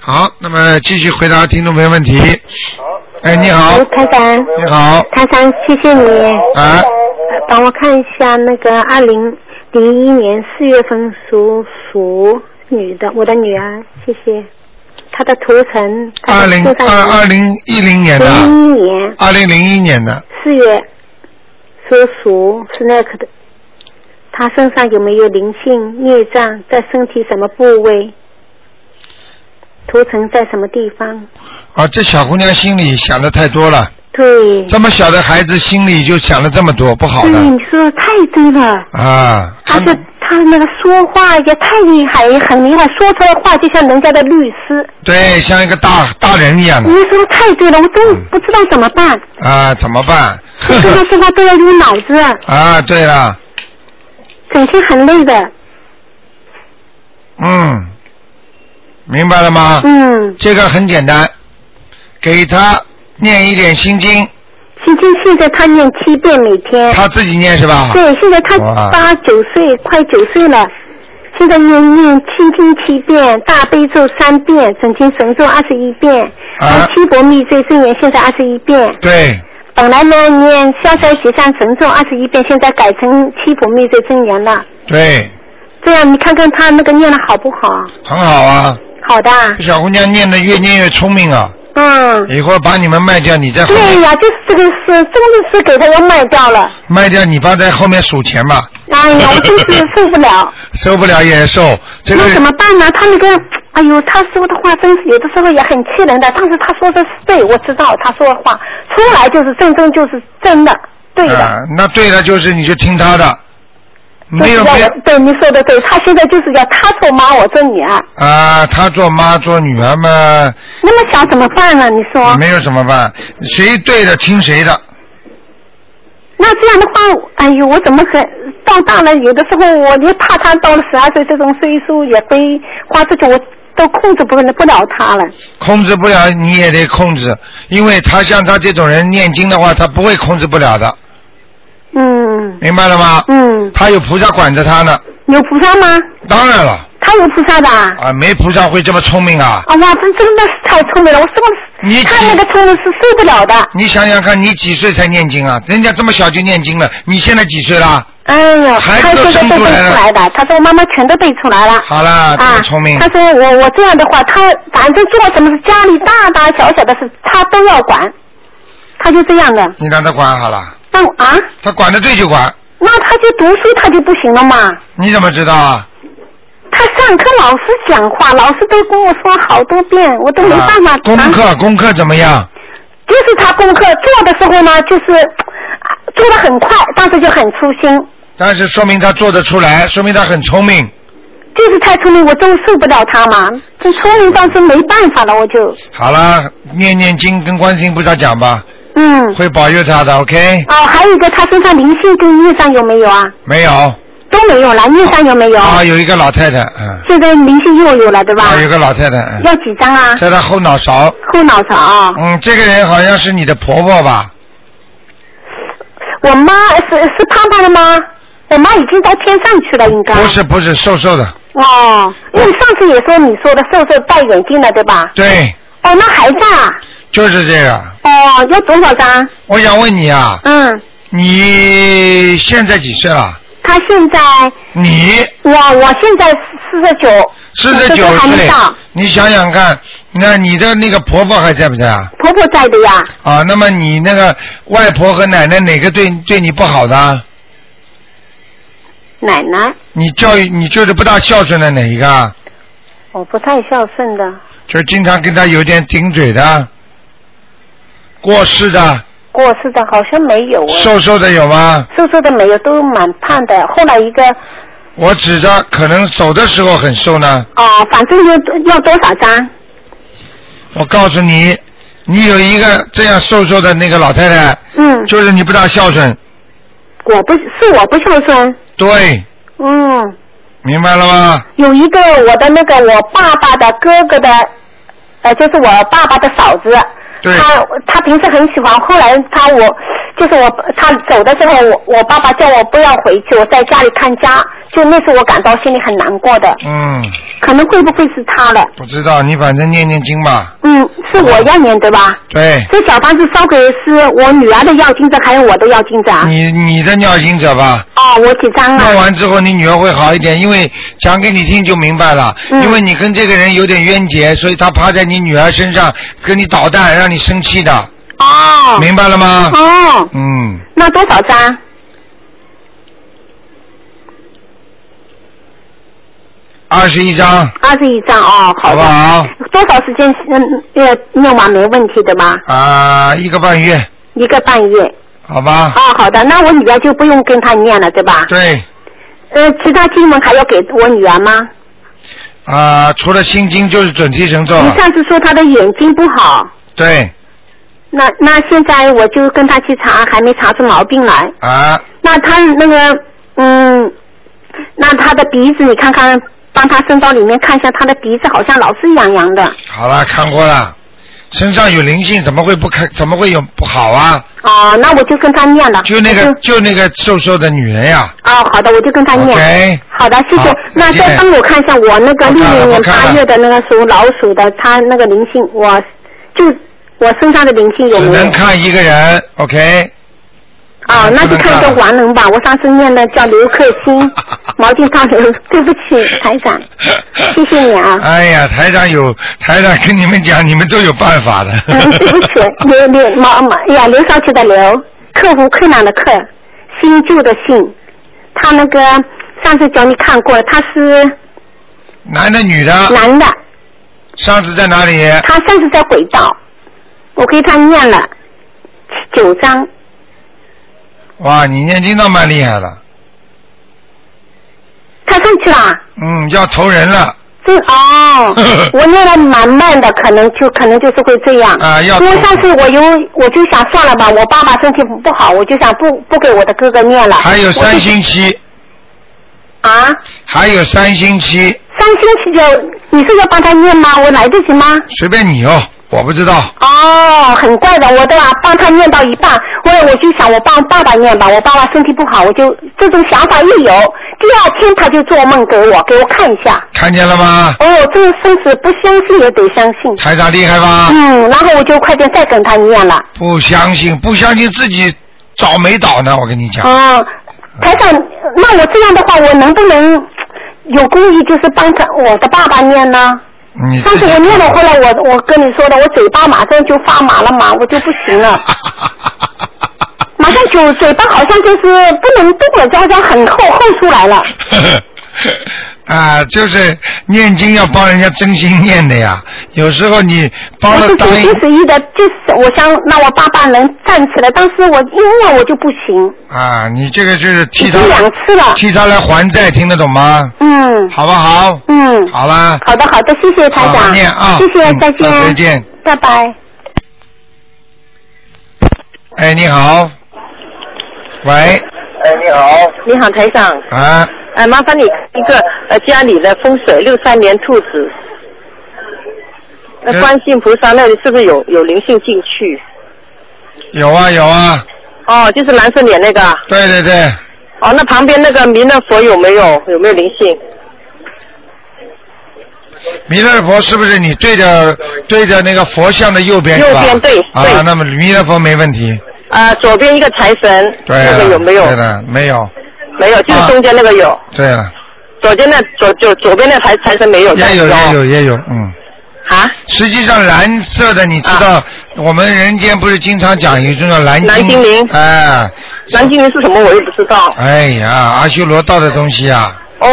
Speaker 1: 好，那么继续回答听众朋友问题。哎，你好，
Speaker 7: 台长，
Speaker 1: 你好，
Speaker 7: 台长，谢谢你，
Speaker 1: 啊，
Speaker 7: 帮我看一下那个二零零一年四月份属鼠女的，我的女儿，谢谢。她的图腾，她
Speaker 1: 二
Speaker 7: 的
Speaker 1: 零
Speaker 7: 身
Speaker 1: 二二
Speaker 7: 上
Speaker 1: 零一零年啊
Speaker 4: 嗯
Speaker 1: 的，
Speaker 7: 零一年
Speaker 1: 二零零一年的，
Speaker 7: 四月属鼠是那个的，她身上有没有灵性孽障？在身体什么部位？图腾在什么地方？
Speaker 1: 啊，这小姑娘心里想的太多了，
Speaker 7: 对，
Speaker 1: 这么小的孩子心里就想了这么多，不好
Speaker 7: 对，
Speaker 1: 的
Speaker 4: 嗯
Speaker 7: 你说的太对了。
Speaker 1: 啊。
Speaker 7: 而
Speaker 1: 看
Speaker 7: 且他那个说话也太厉害，也很厉害，说出来话就像人家的律师。
Speaker 1: 对，像一个大大人一样
Speaker 7: 你
Speaker 4: 嗯
Speaker 1: 的
Speaker 7: 说的太对了，我
Speaker 1: 嗯
Speaker 7: 真不知道怎么 办，
Speaker 1: 啊，怎么办？ 呵
Speaker 7: 跟他
Speaker 1: 呵
Speaker 7: 说话都要用脑子，
Speaker 1: 啊，对了，
Speaker 7: 整天很累的。
Speaker 1: 嗯，明白了吗？
Speaker 7: 嗯，
Speaker 1: 这个很简单，给他念一点心经，
Speaker 7: 其实现在他念七遍每天，
Speaker 1: 他自己念是吧？
Speaker 7: 对，现在他
Speaker 1: 哇
Speaker 7: 八九岁，快九岁了。现在念念七经七遍，大悲咒三遍，准提神咒二十一遍，
Speaker 1: 啊
Speaker 7: 还七佛密罪真言现在二十一遍。
Speaker 1: 对，
Speaker 7: 本来呢念消灾吉祥神咒二十一遍，现在改成七佛灭罪真言了。
Speaker 1: 对，
Speaker 7: 这样你看看他那个念的好不好？
Speaker 1: 很好啊。
Speaker 7: 好的啊，
Speaker 1: 这小姑娘念的越念越聪明啊，
Speaker 7: 嗯，
Speaker 1: 以后把你们卖掉，你在后
Speaker 7: 对
Speaker 1: 面
Speaker 7: 哎呀、就是这个事，真的是给他要卖掉了。
Speaker 1: 卖掉，你爸在后面数钱吧，
Speaker 7: 哎呀，我真 是受不了，
Speaker 1: 受不了也受。这个
Speaker 7: 那怎么办呢？他那个，哎呦，他说的话真是有的时候也很气人的，但是他说的是对，我知道他说的话出来就是正正就是真的，对的。
Speaker 1: 啊，那对了，就是你就听他的，
Speaker 7: 就
Speaker 1: 没
Speaker 7: 是
Speaker 1: 有
Speaker 7: 要
Speaker 1: 没有
Speaker 7: 我对你说的对，他现在就是要他做妈，我做女儿，
Speaker 1: 啊，他做妈做女儿嘛，
Speaker 7: 那么想怎么办呢？你说？
Speaker 1: 没有什么办，谁对的听谁的，
Speaker 7: 那这样的话，哎呦，我怎么可到大了？有的时候我就怕他到了十二岁这种岁数也会花出去，我都控制不了不了他了。
Speaker 1: 控制不了你也得控制，因为他像他这种人念经的话，他不会控制不了的，
Speaker 7: 嗯
Speaker 1: 明白了吗？
Speaker 7: 嗯，
Speaker 1: 他有菩萨管着他呢，
Speaker 7: 有菩萨吗？
Speaker 1: 当然了，
Speaker 7: 他有菩萨的啊！
Speaker 1: 啊，没菩萨会这么聪明啊。
Speaker 7: 啊哇，这真的是太聪明了，我这
Speaker 1: 你
Speaker 7: 么他那个聪明是受不了的。
Speaker 1: 你想想看，你几岁才念经啊？人家这么小就念经了，你现在几岁啦？
Speaker 7: 哎呦，
Speaker 1: 孩子
Speaker 7: 他
Speaker 1: 都
Speaker 7: 现在
Speaker 1: 生
Speaker 7: 都
Speaker 1: 出
Speaker 7: 背
Speaker 1: 来了
Speaker 7: 出来的，他说我妈妈全都背出来了。
Speaker 1: 好啦，这么聪明
Speaker 7: 啊、他说我我这样的话，他反正做什么事，家里大大小小的事，他都要管，他就这样的。
Speaker 1: 你让他管好了，
Speaker 7: 那我啊，
Speaker 1: 他管得对就管，
Speaker 7: 那他就读书他就不行了嘛？
Speaker 1: 你怎么知道啊？
Speaker 7: 他上课老师讲话，老师都跟我说好多遍，我都没办法。
Speaker 1: 啊功
Speaker 7: 啊
Speaker 1: 课功课怎么样？
Speaker 7: 就是他功课做的时候呢，就是啊做的很快，但是就很粗心，
Speaker 1: 但是说明他做得出来，说明他很聪明。
Speaker 7: 就是太聪明，我真受不了他嘛。这聪明但是没办法了，我就
Speaker 1: 好啦，念念经跟观世音菩萨讲吧，
Speaker 7: 嗯。
Speaker 1: 会保佑他的。OK，
Speaker 7: 哦，还有一个，他身上灵性跟业障有没有啊？
Speaker 1: 没有
Speaker 7: 都没有了，业障有没有？
Speaker 1: 啊，有一个老太太，嗯，
Speaker 7: 现在灵性又有了，对吧？
Speaker 1: 啊，有个老太太，嗯
Speaker 7: 要几张啊？
Speaker 1: 在她后脑勺，
Speaker 7: 后脑勺啊、
Speaker 1: 嗯，这个人好像是你的婆婆吧？
Speaker 7: 我妈是是胖胖的吗？我妈已经到天上去了，应该。
Speaker 1: 不是不是，瘦瘦的，
Speaker 7: 哦，因为上次也说你说的瘦瘦戴眼镜的，对吧？
Speaker 1: 对，
Speaker 7: 哦，那还在啊？
Speaker 1: 就是这个。
Speaker 7: 哦，要多少张？
Speaker 1: 我想问你啊，
Speaker 7: 嗯，
Speaker 1: 你现在几岁了？
Speaker 7: 他现在
Speaker 1: 你
Speaker 7: 我我现在四十九，
Speaker 1: 四十
Speaker 7: 我这
Speaker 1: 九
Speaker 7: 个还没
Speaker 1: 岁
Speaker 7: 到，
Speaker 1: 你想想看，那你的那个婆婆还在不在啊？
Speaker 7: 婆婆在的呀。
Speaker 1: 啊，那么你那个外婆和奶奶哪个对对你不好的啊？
Speaker 7: 奶奶，
Speaker 1: 你教育你就是不大孝顺的哪一个啊？
Speaker 7: 我不太孝顺的，
Speaker 1: 就是经常跟她有点顶嘴的，过世的，
Speaker 7: 过世的好像没有啊。
Speaker 1: 瘦瘦的有吗？
Speaker 7: 瘦瘦的没有，都蛮胖的。后来一个
Speaker 1: 我指着可能走的时候很瘦呢。
Speaker 7: 哦，反正要要多少张？
Speaker 1: 我告诉你，你有一个这样瘦瘦的那个老太太，
Speaker 7: 嗯，
Speaker 1: 就是你不大孝顺。
Speaker 7: 我不是我不孝顺，
Speaker 1: 对，
Speaker 7: 嗯，
Speaker 1: 明白了吗？
Speaker 7: 有一个我的那个我爸爸的哥哥的，呃，就是我爸爸的嫂子，
Speaker 1: 对
Speaker 7: 他他平时很喜欢，后来他我就是我他走的时候，我我爸爸叫我不要回去，我在家里看家，就那时候我感到心里很难过的，
Speaker 1: 嗯，
Speaker 7: 可能会不会是他了？
Speaker 1: 不知道，你反正念念经吧。
Speaker 7: 嗯，是我要念对吧？
Speaker 1: 对，
Speaker 7: 这小房子烧给是我女儿的要金子，还有我的要金子啊？
Speaker 1: 你你的尿经者吧。
Speaker 7: 哦，我几张
Speaker 1: 弄
Speaker 7: 啊？
Speaker 1: 完之后，你女儿会好一点，因为讲给你听就明白了。
Speaker 7: 嗯
Speaker 1: 因为你跟这个人有点冤结，所以他趴在你女儿身上跟你捣蛋，让你生气的，
Speaker 7: 哦，
Speaker 1: 明白了吗？
Speaker 7: 哦，
Speaker 1: 嗯，
Speaker 7: 那多少张？
Speaker 1: 二十一章，
Speaker 7: 二十一张哦，
Speaker 1: 好不
Speaker 7: 的。
Speaker 1: 好？
Speaker 7: 多少时间嗯要弄完没问题的吧？
Speaker 1: 啊，一个半月，
Speaker 7: 一个半月。
Speaker 1: 好吧？
Speaker 7: 哦，好的，那我女儿就不用跟她念了，对吧？
Speaker 1: 对，
Speaker 7: 呃，其他经文还要给我女儿吗？
Speaker 1: 啊，除了心经就是准提神咒
Speaker 7: 你
Speaker 1: 了。
Speaker 7: 上次说她的眼睛不好，
Speaker 1: 对，
Speaker 7: 那那现在我就跟她去查，还没查出毛病来。
Speaker 1: 啊，
Speaker 7: 那她那个嗯，那她的鼻子，你看看，帮她伸到里面看一下，她的鼻子好像老是痒痒的。
Speaker 1: 好了，看过了。身上有灵性，怎么会不看？怎么会有不好啊？
Speaker 7: 哦，那我就跟她念了。
Speaker 1: 就那
Speaker 7: 我
Speaker 1: 个，就那个瘦瘦的女人呀、
Speaker 7: 哦，好的，我就跟她念。
Speaker 1: OK，
Speaker 7: 好的，谢
Speaker 1: 好
Speaker 7: 谢。那
Speaker 1: 再
Speaker 7: 再
Speaker 1: 见
Speaker 7: 帮我看一下我那个
Speaker 1: 我
Speaker 7: 六
Speaker 1: 看了
Speaker 7: 零
Speaker 1: 我
Speaker 7: 年
Speaker 1: 看了
Speaker 7: 八月的那个属老鼠的，它那个灵性，我就我身上的灵性有
Speaker 1: 只
Speaker 7: 没有
Speaker 1: 能？看一个人。OK。啊
Speaker 7: 哦，那
Speaker 1: 不
Speaker 7: 就看一
Speaker 1: 能看
Speaker 7: 个
Speaker 1: 了，
Speaker 7: 亡人吧。我上次念的叫刘克星 毛巾上人， 对不起，台长，谢谢你啊。
Speaker 1: 哎呀，台长有台长跟你们讲，你们都有办法的。
Speaker 7: 嗯，对不起，刘刘毛毛呀，刘少奇的刘，克服困难的克，新旧的新，他那个上次叫你看过，他是
Speaker 1: 男的女的，
Speaker 7: 男的。
Speaker 1: 上次在哪里？
Speaker 7: 他算是在轨道，我给他念了九章，
Speaker 1: 哇，你念经倒蛮厉害的。
Speaker 7: 他上去了。
Speaker 1: 嗯，要投人了，
Speaker 7: 这哦我念的蛮慢的，可能就可能就是会这样。
Speaker 1: 啊要
Speaker 7: 因为上次我有，我就想算了吧，我爸爸身体不好，我就想不不给我的哥哥念了。
Speaker 1: 还有三
Speaker 7: 我
Speaker 1: 星期，
Speaker 7: 就啊，
Speaker 1: 还有三星期，
Speaker 7: 三星期就你是要帮他念吗？我来得及吗？
Speaker 1: 随便你哦，我不知道。
Speaker 7: 哦，很怪的，我都啊帮他念到一半，后来我就想我帮爸爸念吧，我爸爸身体不好，我就这种想法一有，第二天他就做梦给我，给我看一下。
Speaker 1: 看见了吗？
Speaker 7: 哦，这个生死不相信也得相信。
Speaker 1: 台长厉害吧？
Speaker 7: 嗯，然后我就快点再跟他念了。
Speaker 1: 不相信，不相信自己倒没倒呢？我跟你讲，
Speaker 7: 哦，台长，那我这样的话，我能不能有公益，就是帮他我的爸爸念呢？
Speaker 1: 你
Speaker 7: 上
Speaker 1: 自
Speaker 7: 次
Speaker 1: 己
Speaker 7: 我念了，后来我我跟你说的，我嘴巴马上就发麻了嘛，我就不行了。马上就嘴巴好像就是不能动了，这好像很厚厚出来了。
Speaker 1: 啊，就是念经要帮人家真心念的呀。有时候你
Speaker 7: 我
Speaker 1: 帮了
Speaker 7: 是九
Speaker 1: 当一
Speaker 7: 心十意的，就是我想让我爸爸能站起来，但是我一念我就不行，
Speaker 1: 啊，你这个就是替
Speaker 7: 已
Speaker 1: 他
Speaker 7: 经两次了。
Speaker 1: 替他来还债，听得懂吗？
Speaker 7: 嗯
Speaker 1: 好不好？
Speaker 7: 嗯，
Speaker 1: 好啦，
Speaker 7: 好的好的，谢谢台
Speaker 1: 好
Speaker 7: 长，
Speaker 1: 念啊
Speaker 7: 谢谢
Speaker 1: 嗯，
Speaker 7: 再见，
Speaker 1: 再见，
Speaker 7: 拜拜。
Speaker 1: 哎，你好，喂，
Speaker 5: 哎，你好，
Speaker 8: 你好，台长，
Speaker 1: 啊，
Speaker 8: 呃，
Speaker 7: 哎
Speaker 8: 麻烦你看一个呃家里的风水，六三年兔子，
Speaker 7: 嗯
Speaker 8: 那
Speaker 1: 嗯
Speaker 7: 呃
Speaker 8: 观世音菩萨那里是不是有有灵性进去？
Speaker 1: 有啊有啊，
Speaker 8: 哦，就是蓝色脸那个啊。
Speaker 1: 对对对，
Speaker 8: 哦，那旁边那个弥勒佛有没有有没有灵性？
Speaker 1: 弥勒佛是不是你对着对着那个佛像的右边是吧？
Speaker 8: 右边对
Speaker 1: 啊
Speaker 8: 对，
Speaker 1: 那么弥勒佛没问题，
Speaker 2: 啊
Speaker 8: 呃，左边一个财神，
Speaker 1: 对
Speaker 8: 那
Speaker 1: 了，
Speaker 8: 个有没有？
Speaker 1: 对了，没有，
Speaker 8: 没有，就是
Speaker 1: 啊
Speaker 8: 中间那个有，
Speaker 1: 对了，
Speaker 8: 左边那左左左边那财财神没有。
Speaker 1: 也有
Speaker 8: 但是
Speaker 1: 也有也有，嗯。
Speaker 8: 啊，
Speaker 1: 实际上蓝色的，你知道，我们人间不是经常讲有一种叫蓝
Speaker 8: 蓝精灵
Speaker 1: 哎，
Speaker 8: 蓝精灵是什么我也不知道。
Speaker 1: 哎呀，阿修罗道的东西啊，
Speaker 7: 哦，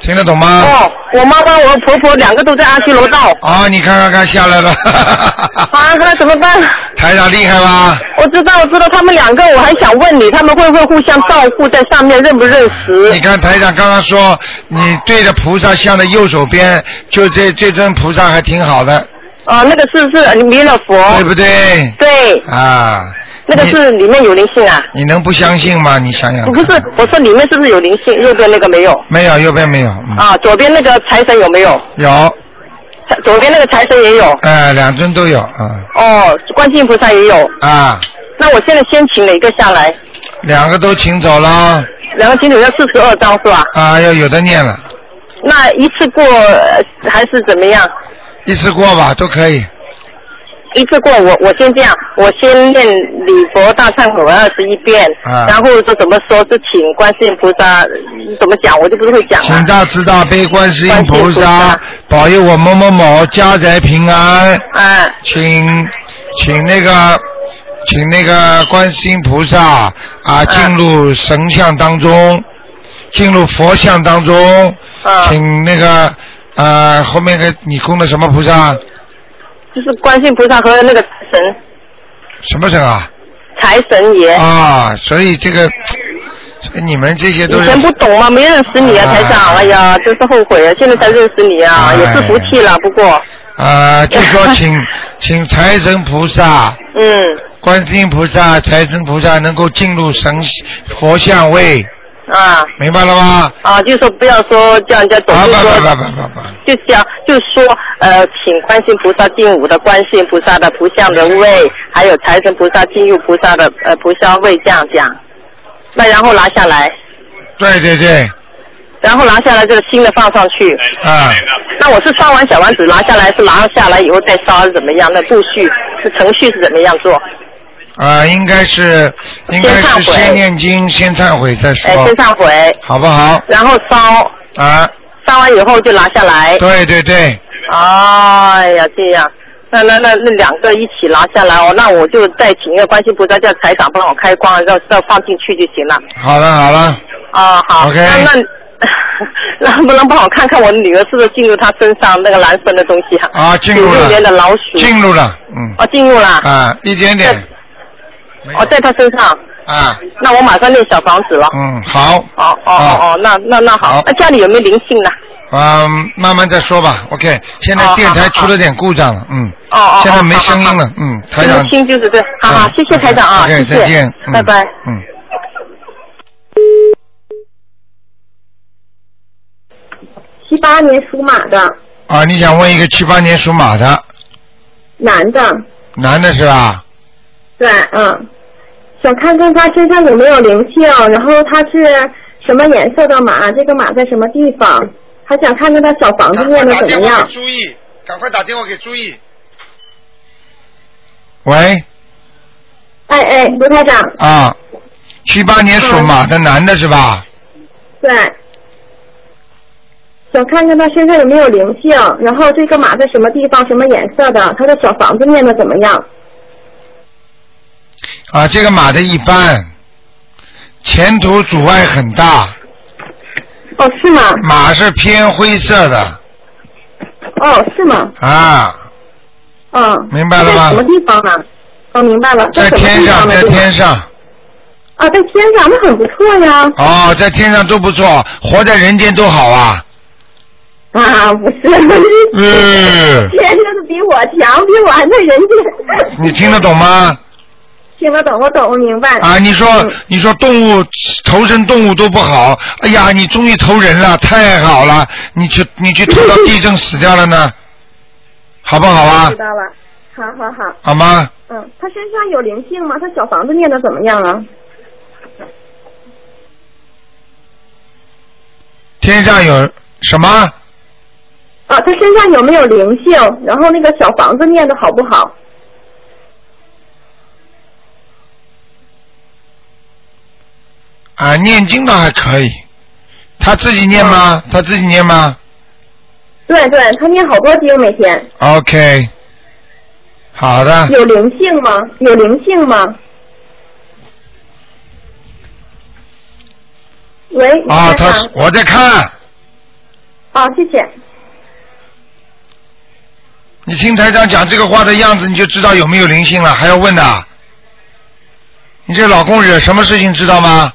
Speaker 1: 听得懂吗？
Speaker 7: 哦，我妈妈、我婆婆两个都在阿修罗道。
Speaker 1: 啊、你看看看下 来了，
Speaker 7: 啊，那怎么办？
Speaker 1: 台长厉害吧？
Speaker 7: 我知道，我知道，他们两个，我还想问你，他们会不会互相照顾在上面，认不认识？
Speaker 1: 你看台长刚刚说，你对着菩萨像的右手边，就这这尊菩萨还挺好的，
Speaker 7: 啊，那个是不是弥勒佛？
Speaker 1: 对不对？
Speaker 7: 对，
Speaker 1: 啊，
Speaker 7: 那个是里面有灵性啊。
Speaker 1: 你能不相信吗？你想想
Speaker 7: 不，是，我说里面是不是有灵性？右边那个没有
Speaker 1: 没有右边没有，嗯
Speaker 7: 啊，左边那个财神有没有？
Speaker 1: 有，
Speaker 7: 财左边那个财神也有。
Speaker 1: 哎、两尊都有，啊
Speaker 7: 哦，观世音菩萨也有。
Speaker 1: 啊，
Speaker 7: 那我现在先请哪个下来？
Speaker 1: 两个都请走了，
Speaker 7: 然后今天要四十二张是吧？
Speaker 1: 啊，要有的念了，
Speaker 7: 那一次过呃还是怎么样？
Speaker 1: 一次过吧，都可以。
Speaker 7: 一次过我我先这样，我先念礼佛大忏悔文二十一遍，
Speaker 1: 啊
Speaker 7: 然后说怎么说是请观世音菩萨怎么讲，我就不是会讲
Speaker 1: 请
Speaker 7: 啊。
Speaker 1: 大慈大悲观世音菩
Speaker 7: 观世音菩
Speaker 1: 萨
Speaker 7: 萨
Speaker 1: 保佑我某某某家宅平安。
Speaker 7: 啊
Speaker 1: 请请那个请那个观世音菩萨啊进入神像当中，进入佛像当中，
Speaker 7: 啊，
Speaker 1: 请那个呃后面个你供的什么菩萨？
Speaker 7: 就是观世音菩萨和那个神
Speaker 1: 什么神啊？
Speaker 7: 财神爷，
Speaker 1: 啊，所以这个所以你们这些
Speaker 7: 以
Speaker 1: 都是
Speaker 7: 前不懂嘛，没认识你啊，
Speaker 1: 哎
Speaker 7: 台长，哎呀，真是后悔啊，现在才认识你啊，
Speaker 1: 哎
Speaker 7: 也是福气了，不过，
Speaker 1: 啊，就说 请请财神菩萨。
Speaker 7: 嗯，
Speaker 1: 观世音菩萨、财神菩萨能够进入神佛像位，
Speaker 7: 啊
Speaker 1: 明白了吗？
Speaker 7: 啊，就说不要说叫人家懂，
Speaker 1: 啊
Speaker 7: 就
Speaker 1: 不
Speaker 7: 说
Speaker 1: 不不不不不，
Speaker 7: 就讲，就是说，呃，请观世音菩萨进我的观世音菩萨的菩像人位，还有财神菩萨进入菩萨的呃菩萨位，这样讲。那然后拿下来，
Speaker 1: 对对对，
Speaker 7: 然后拿下来这个新的放上去。
Speaker 1: 啊，
Speaker 7: 那我是烧完小丸子拿下来，是拿下来以后再烧还是怎么样？那步序是程序是怎么样做？
Speaker 1: 啊，应该是应该是先念经，先忏悔再说
Speaker 7: 哎，，先忏悔，
Speaker 1: 好不好？
Speaker 7: 然后烧，
Speaker 1: 啊，
Speaker 7: 烧完以后就拿下来。
Speaker 1: 对对对，
Speaker 7: 哎呀，这样，那那那那两个一起拿下来哦，那我就再请一个观世音菩萨叫财长帮我开光，让让放进去就行了。
Speaker 1: 好了好了，
Speaker 7: 啊，好
Speaker 1: OK
Speaker 7: 那那 能不能帮我看看我女儿是不是进入她身上那个蓝色的东西啊？
Speaker 1: 啊，进入
Speaker 7: 九六年的
Speaker 1: 了，
Speaker 7: 老鼠。
Speaker 1: 进入了，嗯，
Speaker 7: 哦，进入了。
Speaker 1: 啊，一点点，没有
Speaker 7: 哦，在她身上。
Speaker 1: 啊，
Speaker 7: 那我马上念小房子了。
Speaker 1: 嗯，好，
Speaker 7: 哦哦
Speaker 1: 啊
Speaker 7: 哦哦，那那那
Speaker 1: 好
Speaker 7: 好，那家里有没有灵性呢？
Speaker 1: 嗯，慢慢再说吧，OK，现在
Speaker 7: 哦
Speaker 1: 电台
Speaker 7: 好好
Speaker 1: 出了点故障了，嗯，
Speaker 7: 哦哦，
Speaker 1: 现在
Speaker 7: 哦
Speaker 1: 没
Speaker 7: 好好
Speaker 1: 声音
Speaker 7: 好
Speaker 1: 了，嗯，台长
Speaker 7: 听，听就是对，好好，谢谢台长啊，
Speaker 1: OK，
Speaker 7: 谢
Speaker 1: 嗯再
Speaker 7: 谢
Speaker 1: 见，，嗯
Speaker 7: 拜拜。。
Speaker 1: 嗯。
Speaker 2: 七八年属马的，
Speaker 1: 啊，你想问一个七八年属马的
Speaker 2: 男的，
Speaker 1: 男的是吧？
Speaker 2: 对，嗯，想看看他身上有没有灵性，然后他是什么颜色的马，这个马在什么地方，还想看看他小房
Speaker 1: 啊
Speaker 2: 子嗯念的怎么样。
Speaker 1: 朱毅，赶快打电话给朱毅。喂，
Speaker 2: 哎哎，卢台长，
Speaker 1: 啊，七八年属马的男的是吧？
Speaker 2: 对，想看看他身上有没有灵性，然后这个马在什么地方，什么颜色的，他的小房子念的怎么样？
Speaker 1: 啊，这个马的一般，前途阻碍很大，
Speaker 2: 哦，是吗？
Speaker 1: 马是偏灰色的
Speaker 2: 哦，是吗？
Speaker 1: 啊，
Speaker 2: 嗯，
Speaker 1: 明白了
Speaker 2: 在
Speaker 1: 吗
Speaker 2: 什么地方啊？哦，明白了，
Speaker 1: 在
Speaker 2: 什么
Speaker 1: 天
Speaker 2: 地
Speaker 1: 上，
Speaker 2: 方呢
Speaker 1: 在？
Speaker 2: 这个
Speaker 1: 天上，
Speaker 2: 啊，在天上，那很不错呀。
Speaker 1: 哦，在天上都不错，活在人间都好啊。
Speaker 2: 啊，不是，
Speaker 1: 嗯，
Speaker 2: 天上的比我强，比我还在人间。
Speaker 1: 你听得懂吗？
Speaker 2: 听得懂，我懂，我明白。
Speaker 1: 啊，你说
Speaker 2: 嗯
Speaker 1: 你说动物投身动物都不好，哎呀，你终于投人了，太好了！你去你去投到地震死掉了呢，好不好啊
Speaker 2: 知？道了。好好好，
Speaker 1: 好吗？
Speaker 2: 嗯，他身上有灵性吗？他小房子念的怎么样啊？
Speaker 1: 天上有什么？
Speaker 2: 啊，他身上有没有灵性？然后那个小房子念的好不好？
Speaker 1: 啊，念经倒还可以，他自己念吗？他自己念吗
Speaker 2: 对对，他念好多经每天。
Speaker 1: ？OK，好 的，
Speaker 2: 有灵性吗？有灵性吗？喂，
Speaker 1: 啊，
Speaker 2: 你在
Speaker 1: 他
Speaker 2: 哪
Speaker 1: 啊
Speaker 2: 嗯
Speaker 1: 我在看，
Speaker 2: 好，啊谢谢。
Speaker 1: 你听台长讲这个话的样子，你就知道有没有灵性了，还要问的？你这老公惹什么事情知道吗？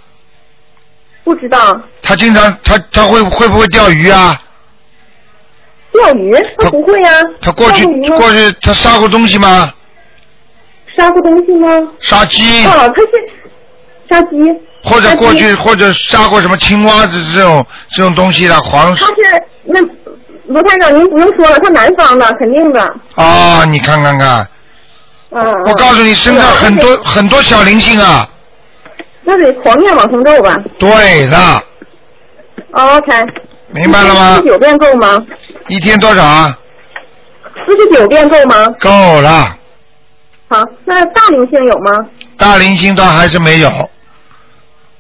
Speaker 2: 不知道
Speaker 1: 他经常他他会会不会钓鱼啊？
Speaker 2: 钓鱼，他不会啊。
Speaker 1: 他过去
Speaker 2: 杀过鱼吗
Speaker 1: 过去他杀过东西吗？
Speaker 2: 杀过东西吗？
Speaker 1: 杀鸡
Speaker 2: 哦，他是杀鸡。
Speaker 1: 或者过去
Speaker 2: 杀鸡
Speaker 1: 或者杀过什么青蛙这这种这种东西的黄
Speaker 2: 他是那罗台长，您不用说了，他南方的，肯定的。
Speaker 1: 啊、你看看看，
Speaker 2: 嗯。嗯
Speaker 1: 我告诉你，身上很多。很多小灵性啊。
Speaker 2: 那得狂念往生咒吧。哦
Speaker 1: 对的，
Speaker 2: OK。
Speaker 1: 明白了吗
Speaker 2: 四十九遍够吗？
Speaker 1: 一天多少啊？
Speaker 2: 四十九遍够吗？
Speaker 1: 够了，
Speaker 2: 好，那大灵性有吗？
Speaker 1: 大灵性倒还是没有。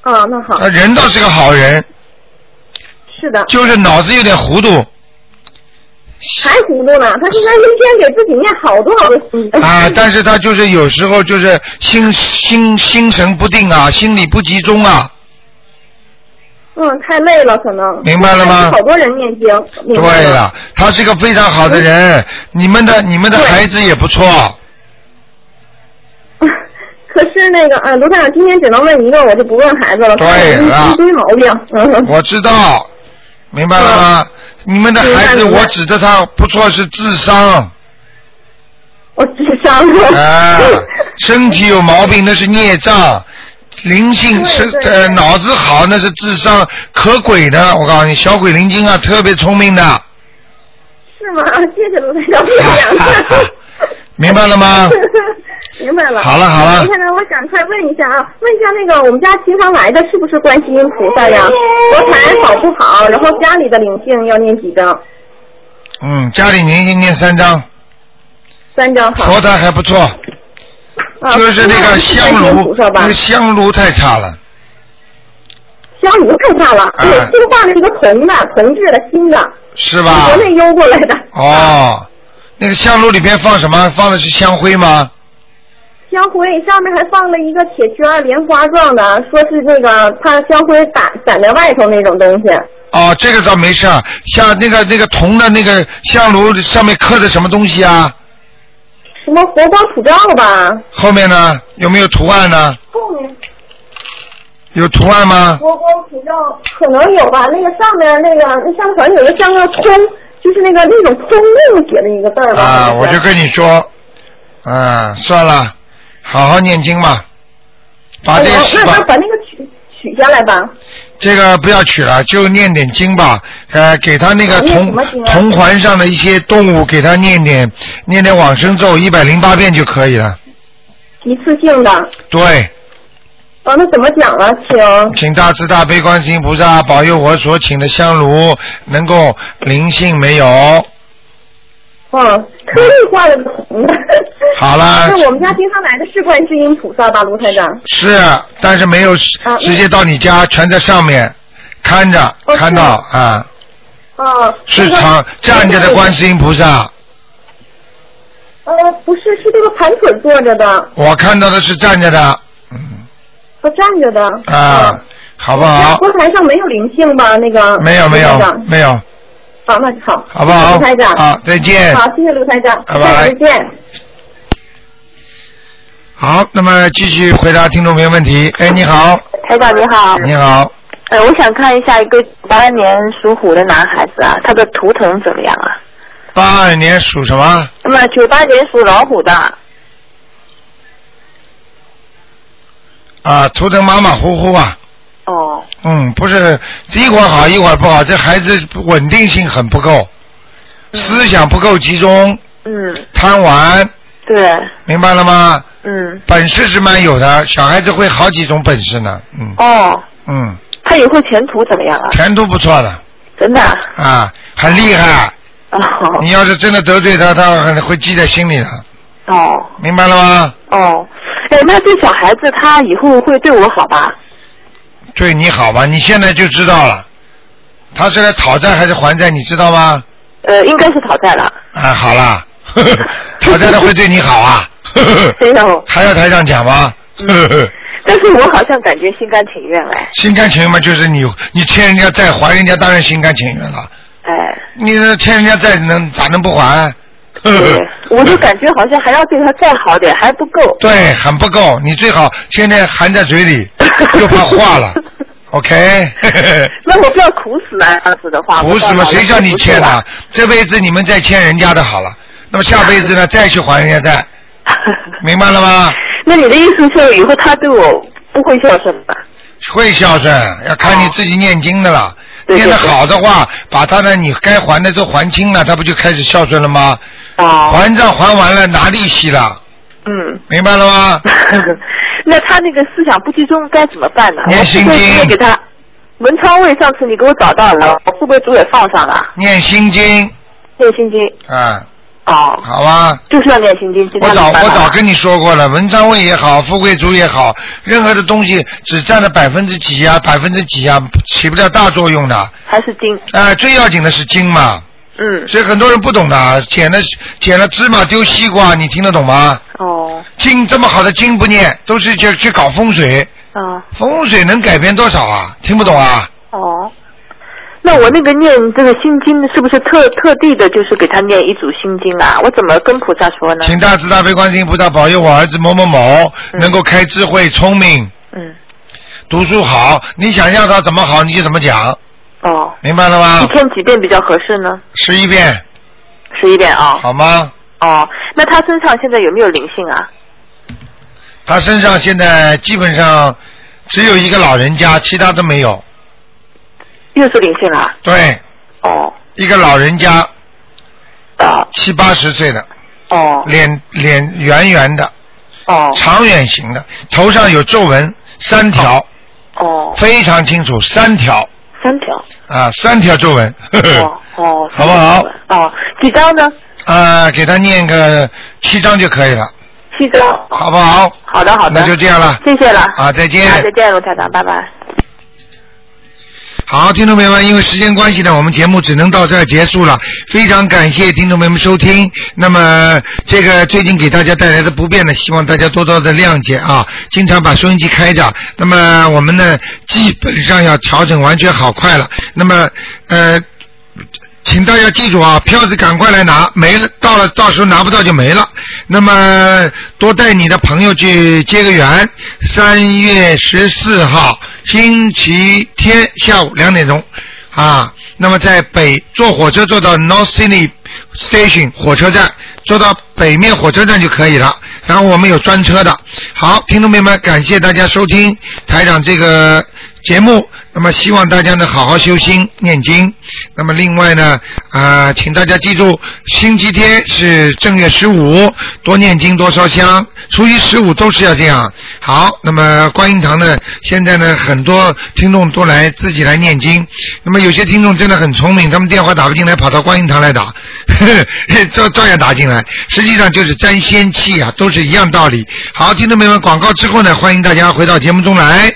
Speaker 2: 啊，那好。
Speaker 1: 呃人倒是个好人，
Speaker 2: 是的。
Speaker 1: 就是脑子有点糊涂
Speaker 2: 还糊涂呢，他现在一天给自己念好多好多心经。
Speaker 1: 啊，但是他就是有时候就是心心心神不定啊，心里不集中啊。
Speaker 2: 嗯，太累了，可能。
Speaker 1: 明白了吗
Speaker 2: 哎好多人念经。明白
Speaker 1: 对了，他是个非常好的人，你们的你们的孩子也不错，
Speaker 2: 可是那个，啊，卢站长今天只能问一个，我就不问孩子了。
Speaker 1: 对了
Speaker 2: 了。一堆毛病。嗯。
Speaker 1: 我知道，明白了吗？你们的孩子，
Speaker 2: 明白明白
Speaker 1: 我指着他不错是智商，
Speaker 2: 我智商。
Speaker 1: 啊，身体有毛病那是孽障，灵性
Speaker 2: 对
Speaker 1: 是
Speaker 2: 对
Speaker 1: 呃
Speaker 2: 对
Speaker 1: 脑子好那是智商，可鬼的，我告诉你，小鬼灵精啊，特别聪明 的，
Speaker 2: 是吗？谢谢卢站 长表扬。
Speaker 1: 明白了吗？
Speaker 2: 明白了。
Speaker 1: 好了好了
Speaker 2: 你看呢，我想再问一下啊，问一下那个我们家经常来的是不是观世音菩萨呀？
Speaker 1: 哎
Speaker 2: 佛台好不好？然后家里的灵性要念几张？
Speaker 1: 嗯，家里您先念三张，
Speaker 2: 三张好。
Speaker 1: 佛台还不错，
Speaker 2: 啊
Speaker 1: 就是那个
Speaker 2: 是
Speaker 1: 香
Speaker 2: 观世音
Speaker 1: 炉嗯
Speaker 2: 菩，萨吧
Speaker 1: 那个香炉太差了。
Speaker 2: 香炉太大了，
Speaker 1: 啊
Speaker 2: 对，新画的一个铜的，铜制的新的，
Speaker 1: 是吧
Speaker 2: 从？国内邮过来的
Speaker 1: 哦，那个香炉里边放什么？放的是香灰吗？
Speaker 2: 香灰，上面还放了一个铁圈儿，莲花状的，说是那个怕香灰打散在外头那种东西。
Speaker 1: 哦，这个倒没事儿。像那个那个铜的那个香炉上面刻的什么东西啊？
Speaker 2: 什么佛光普照吧？
Speaker 1: 后面呢有没有图案呢？
Speaker 2: 后面
Speaker 1: 有图案吗？
Speaker 2: 佛光普照可能有吧，那个上面那个那上面好像有个像个通，就是那个那种通用写的一个字儿吧。
Speaker 1: 啊，
Speaker 2: 好
Speaker 1: 我
Speaker 2: 像
Speaker 1: 就是跟你说，啊，算了，好好念经吧，把这
Speaker 2: 哎
Speaker 1: 个
Speaker 2: 呦
Speaker 1: 事
Speaker 2: 那
Speaker 1: 吧
Speaker 2: 那，把那个取取下来吧。
Speaker 1: 这个不要取了，就念点经吧，呃，给他那个
Speaker 2: 我念
Speaker 1: 铜
Speaker 2: 什么经啊
Speaker 1: 铜环上的一些动物，给他念点念点往生咒一百零八遍就可以了。
Speaker 2: 一次性的，
Speaker 1: 对，
Speaker 2: 啊，那怎么讲啊？请
Speaker 1: 请大慈大悲观世音菩萨保佑我所请的香炉能够灵性没有。
Speaker 6: 哦
Speaker 2: 嗯，特意画了个红的。
Speaker 1: 好了
Speaker 2: 那我们家经常来的是观世音菩萨吧，卢台长？
Speaker 1: 是，但是没有
Speaker 2: 那
Speaker 1: 直接到你家，全在上面看着
Speaker 2: 哦
Speaker 1: 看
Speaker 2: 是
Speaker 1: 到
Speaker 2: 吗
Speaker 1: 啊，
Speaker 2: 啊，
Speaker 1: 是
Speaker 2: 那个
Speaker 1: 长站着的观。世音菩萨，
Speaker 2: 呃，不是，是这个盘腿坐着的
Speaker 1: 我看到的是站着的
Speaker 2: 和站着的。哦
Speaker 1: 啊，好不
Speaker 2: 那
Speaker 1: 好？
Speaker 2: 佛台上没有灵性吧？那个
Speaker 1: 没有没
Speaker 2: 卢
Speaker 1: 有
Speaker 2: 台长
Speaker 1: 没有，
Speaker 2: 好，那就好，
Speaker 1: 好不好
Speaker 2: 卢台长，
Speaker 1: 好再见
Speaker 2: 好，谢谢卢台长，
Speaker 1: 拜拜
Speaker 2: 再见。
Speaker 1: 好，那么继续回答听众朋友问题。哎，你好，
Speaker 9: 台长你
Speaker 2: 嗯
Speaker 9: 好，
Speaker 1: 你好，
Speaker 9: 呃，我想看一下一个八年属虎的男孩子啊，他的图腾怎么样啊？
Speaker 1: 八二年属什么？
Speaker 9: 那么九八年属老虎的，
Speaker 1: 啊，图腾马马虎虎啊。
Speaker 9: 哦，
Speaker 1: 嗯，不是，一会儿好一会儿不好，这孩子稳定性很不够，思想不够集中，
Speaker 9: 嗯，
Speaker 1: 贪玩，
Speaker 9: 对，
Speaker 1: 明白了吗？
Speaker 9: 嗯，
Speaker 1: 本事是蛮有的，小孩子会好几种本事呢。嗯
Speaker 9: 哦，
Speaker 1: 嗯，
Speaker 9: 他以后前途怎么样啊？
Speaker 1: 前途不错的
Speaker 9: 真的啊？
Speaker 1: 啊，很厉害。
Speaker 9: 哦
Speaker 1: 你要是真的得罪他，他很会记在心里的，嗯
Speaker 9: 哦
Speaker 1: 明白了吗？
Speaker 9: 哦，哎，那这小孩子他以后会对我好吧？
Speaker 1: 对你好吧，你现在就知道了，他是来讨债还是还债，你知道吗？
Speaker 9: 呃，应该是讨债了。
Speaker 1: 啊，好啦， 呵呵讨债的会对你好啊， 呵呵
Speaker 9: 哎呦，
Speaker 1: 还要台上讲吗？ 呵呵
Speaker 9: 但是我好像感觉心甘情愿哎。
Speaker 1: 心甘情愿嘛，就是你你欠人家债还人家，当然心甘情愿了。
Speaker 9: 哎，
Speaker 1: 你这欠人家债能咋能不还？ 呵呵
Speaker 9: 我就感觉好像还要对他再好点，还不够。
Speaker 1: 对，很不够，你最好现在含在嘴里，又怕化 了。OK，
Speaker 9: 那我不要苦死啊！这样子的话，
Speaker 1: 不是嘛？啊谁叫你欠
Speaker 9: 的
Speaker 1: 的？？这辈子你们再欠人家的好了，那么下辈子呢再去还人家债，明白了吗？
Speaker 9: 那你的意思是以后他对我不会孝顺吧？
Speaker 1: 会孝顺，要看你自己念经的了。念得好的话，把他的你该还的都还清了，他不就开始孝顺了吗？
Speaker 7: 哦
Speaker 1: 还账还完了，拿利息了，
Speaker 9: 嗯，
Speaker 1: 明白了吗？
Speaker 9: 那他那个思想不集中该怎么办呢？我
Speaker 1: 念
Speaker 9: 是
Speaker 1: 心
Speaker 9: 不是应该
Speaker 1: 经
Speaker 9: 给他文昌位？上次你给我找到了，我会不会主也放上了？
Speaker 1: 念心经
Speaker 9: 念心经
Speaker 1: 啊，
Speaker 9: 哦，
Speaker 1: 好吧。
Speaker 9: 就是要念心经，其他
Speaker 1: 我
Speaker 9: 没
Speaker 1: 早
Speaker 9: 办
Speaker 1: 我
Speaker 9: 法
Speaker 1: 早跟你说过了，文昌位也好，富贵竹也好，任何的东西只占了百分之几呀、百分之几呀、起不了大作用的。
Speaker 9: 还是经。
Speaker 1: 哎、最要紧的是经嘛。
Speaker 9: 嗯。
Speaker 1: 所以很多人不懂的，捡了捡了芝麻丢西瓜，你听得懂吗？
Speaker 9: 哦。
Speaker 1: 经这么好的经不念，都是去去搞风水，
Speaker 9: 啊
Speaker 1: 风水能改变多少啊？听不懂啊？
Speaker 9: 哦。那我那个念这个心经是不是特特地的，就是给他念一组心经啊？我怎么跟菩萨说呢？
Speaker 7: 嗯
Speaker 1: 请大慈大悲观世音菩萨保佑我儿子某某某能够开智慧、聪明。
Speaker 9: 嗯。
Speaker 1: 读书好，你想让他怎么好，你就怎么讲，
Speaker 9: 哦，
Speaker 1: 明白了
Speaker 9: 一
Speaker 1: 吗？
Speaker 7: 嗯
Speaker 9: 天几遍比较合适呢？
Speaker 1: 十一遍，
Speaker 9: 十一遍啊、
Speaker 1: 好吗？
Speaker 9: 哦，那他身上现在有没有灵性啊？
Speaker 1: 他身上现在基本上只有一个老人家，其他都没有。
Speaker 9: 又是灵性了？
Speaker 1: 对。
Speaker 9: 哦。啊
Speaker 1: 一个老人家。七八十岁的。
Speaker 9: 哦。
Speaker 1: 脸脸圆圆的。
Speaker 9: 哦。
Speaker 1: 长远型的，头上有皱纹三条。
Speaker 9: 哦。
Speaker 1: 非常清楚，三条
Speaker 9: 三条。
Speaker 1: 啊，三条皱纹。呵呵
Speaker 9: 哦。
Speaker 1: 嗯好不好？
Speaker 9: 哦，几张呢？
Speaker 1: 啊，给他念个七章就可以了，
Speaker 9: 七张。
Speaker 1: 好不好？
Speaker 9: 好的，哦好的。
Speaker 1: 那就这样了
Speaker 9: 谢谢了。
Speaker 1: 啊再见
Speaker 9: 啊再见，罗台长，拜拜。
Speaker 1: 好，听众朋友们，因为时间关系呢，我们节目只能到这儿结束了。非常感谢听众朋友们收听。那么，这个最近给大家带来的不便呢，希望大家多多的谅解啊。经常把收音机开着，那么我们呢，基本上要调整完全好快了。那么，呃。请大家记住啊，票子赶快来拿，没了到了，到时候拿不到就没了。那么多带你的朋友去结个缘。三月十四号星期天下午两点钟啊，那么在北坐火车坐到 North Sydney Station 火车站，坐到北面火车站就可以了。然后我们有专车的。好，听众朋友们，感谢大家收听台长这个节目。那么希望大家呢好好修心念经。那么另外呢，啊、请大家记住，星期天是正月十五，多念经多烧香，初一十五都是要这样。好，那么观音堂呢，现在呢很多听众都来自己来念经。那么有些听众真的很聪明，他们电话打不进来，跑到观音堂来打， 照照样打进来。实际上就是沾仙气啊，都是一样道理。好，听众朋友们，广告之后呢，欢迎大家回到节目中来。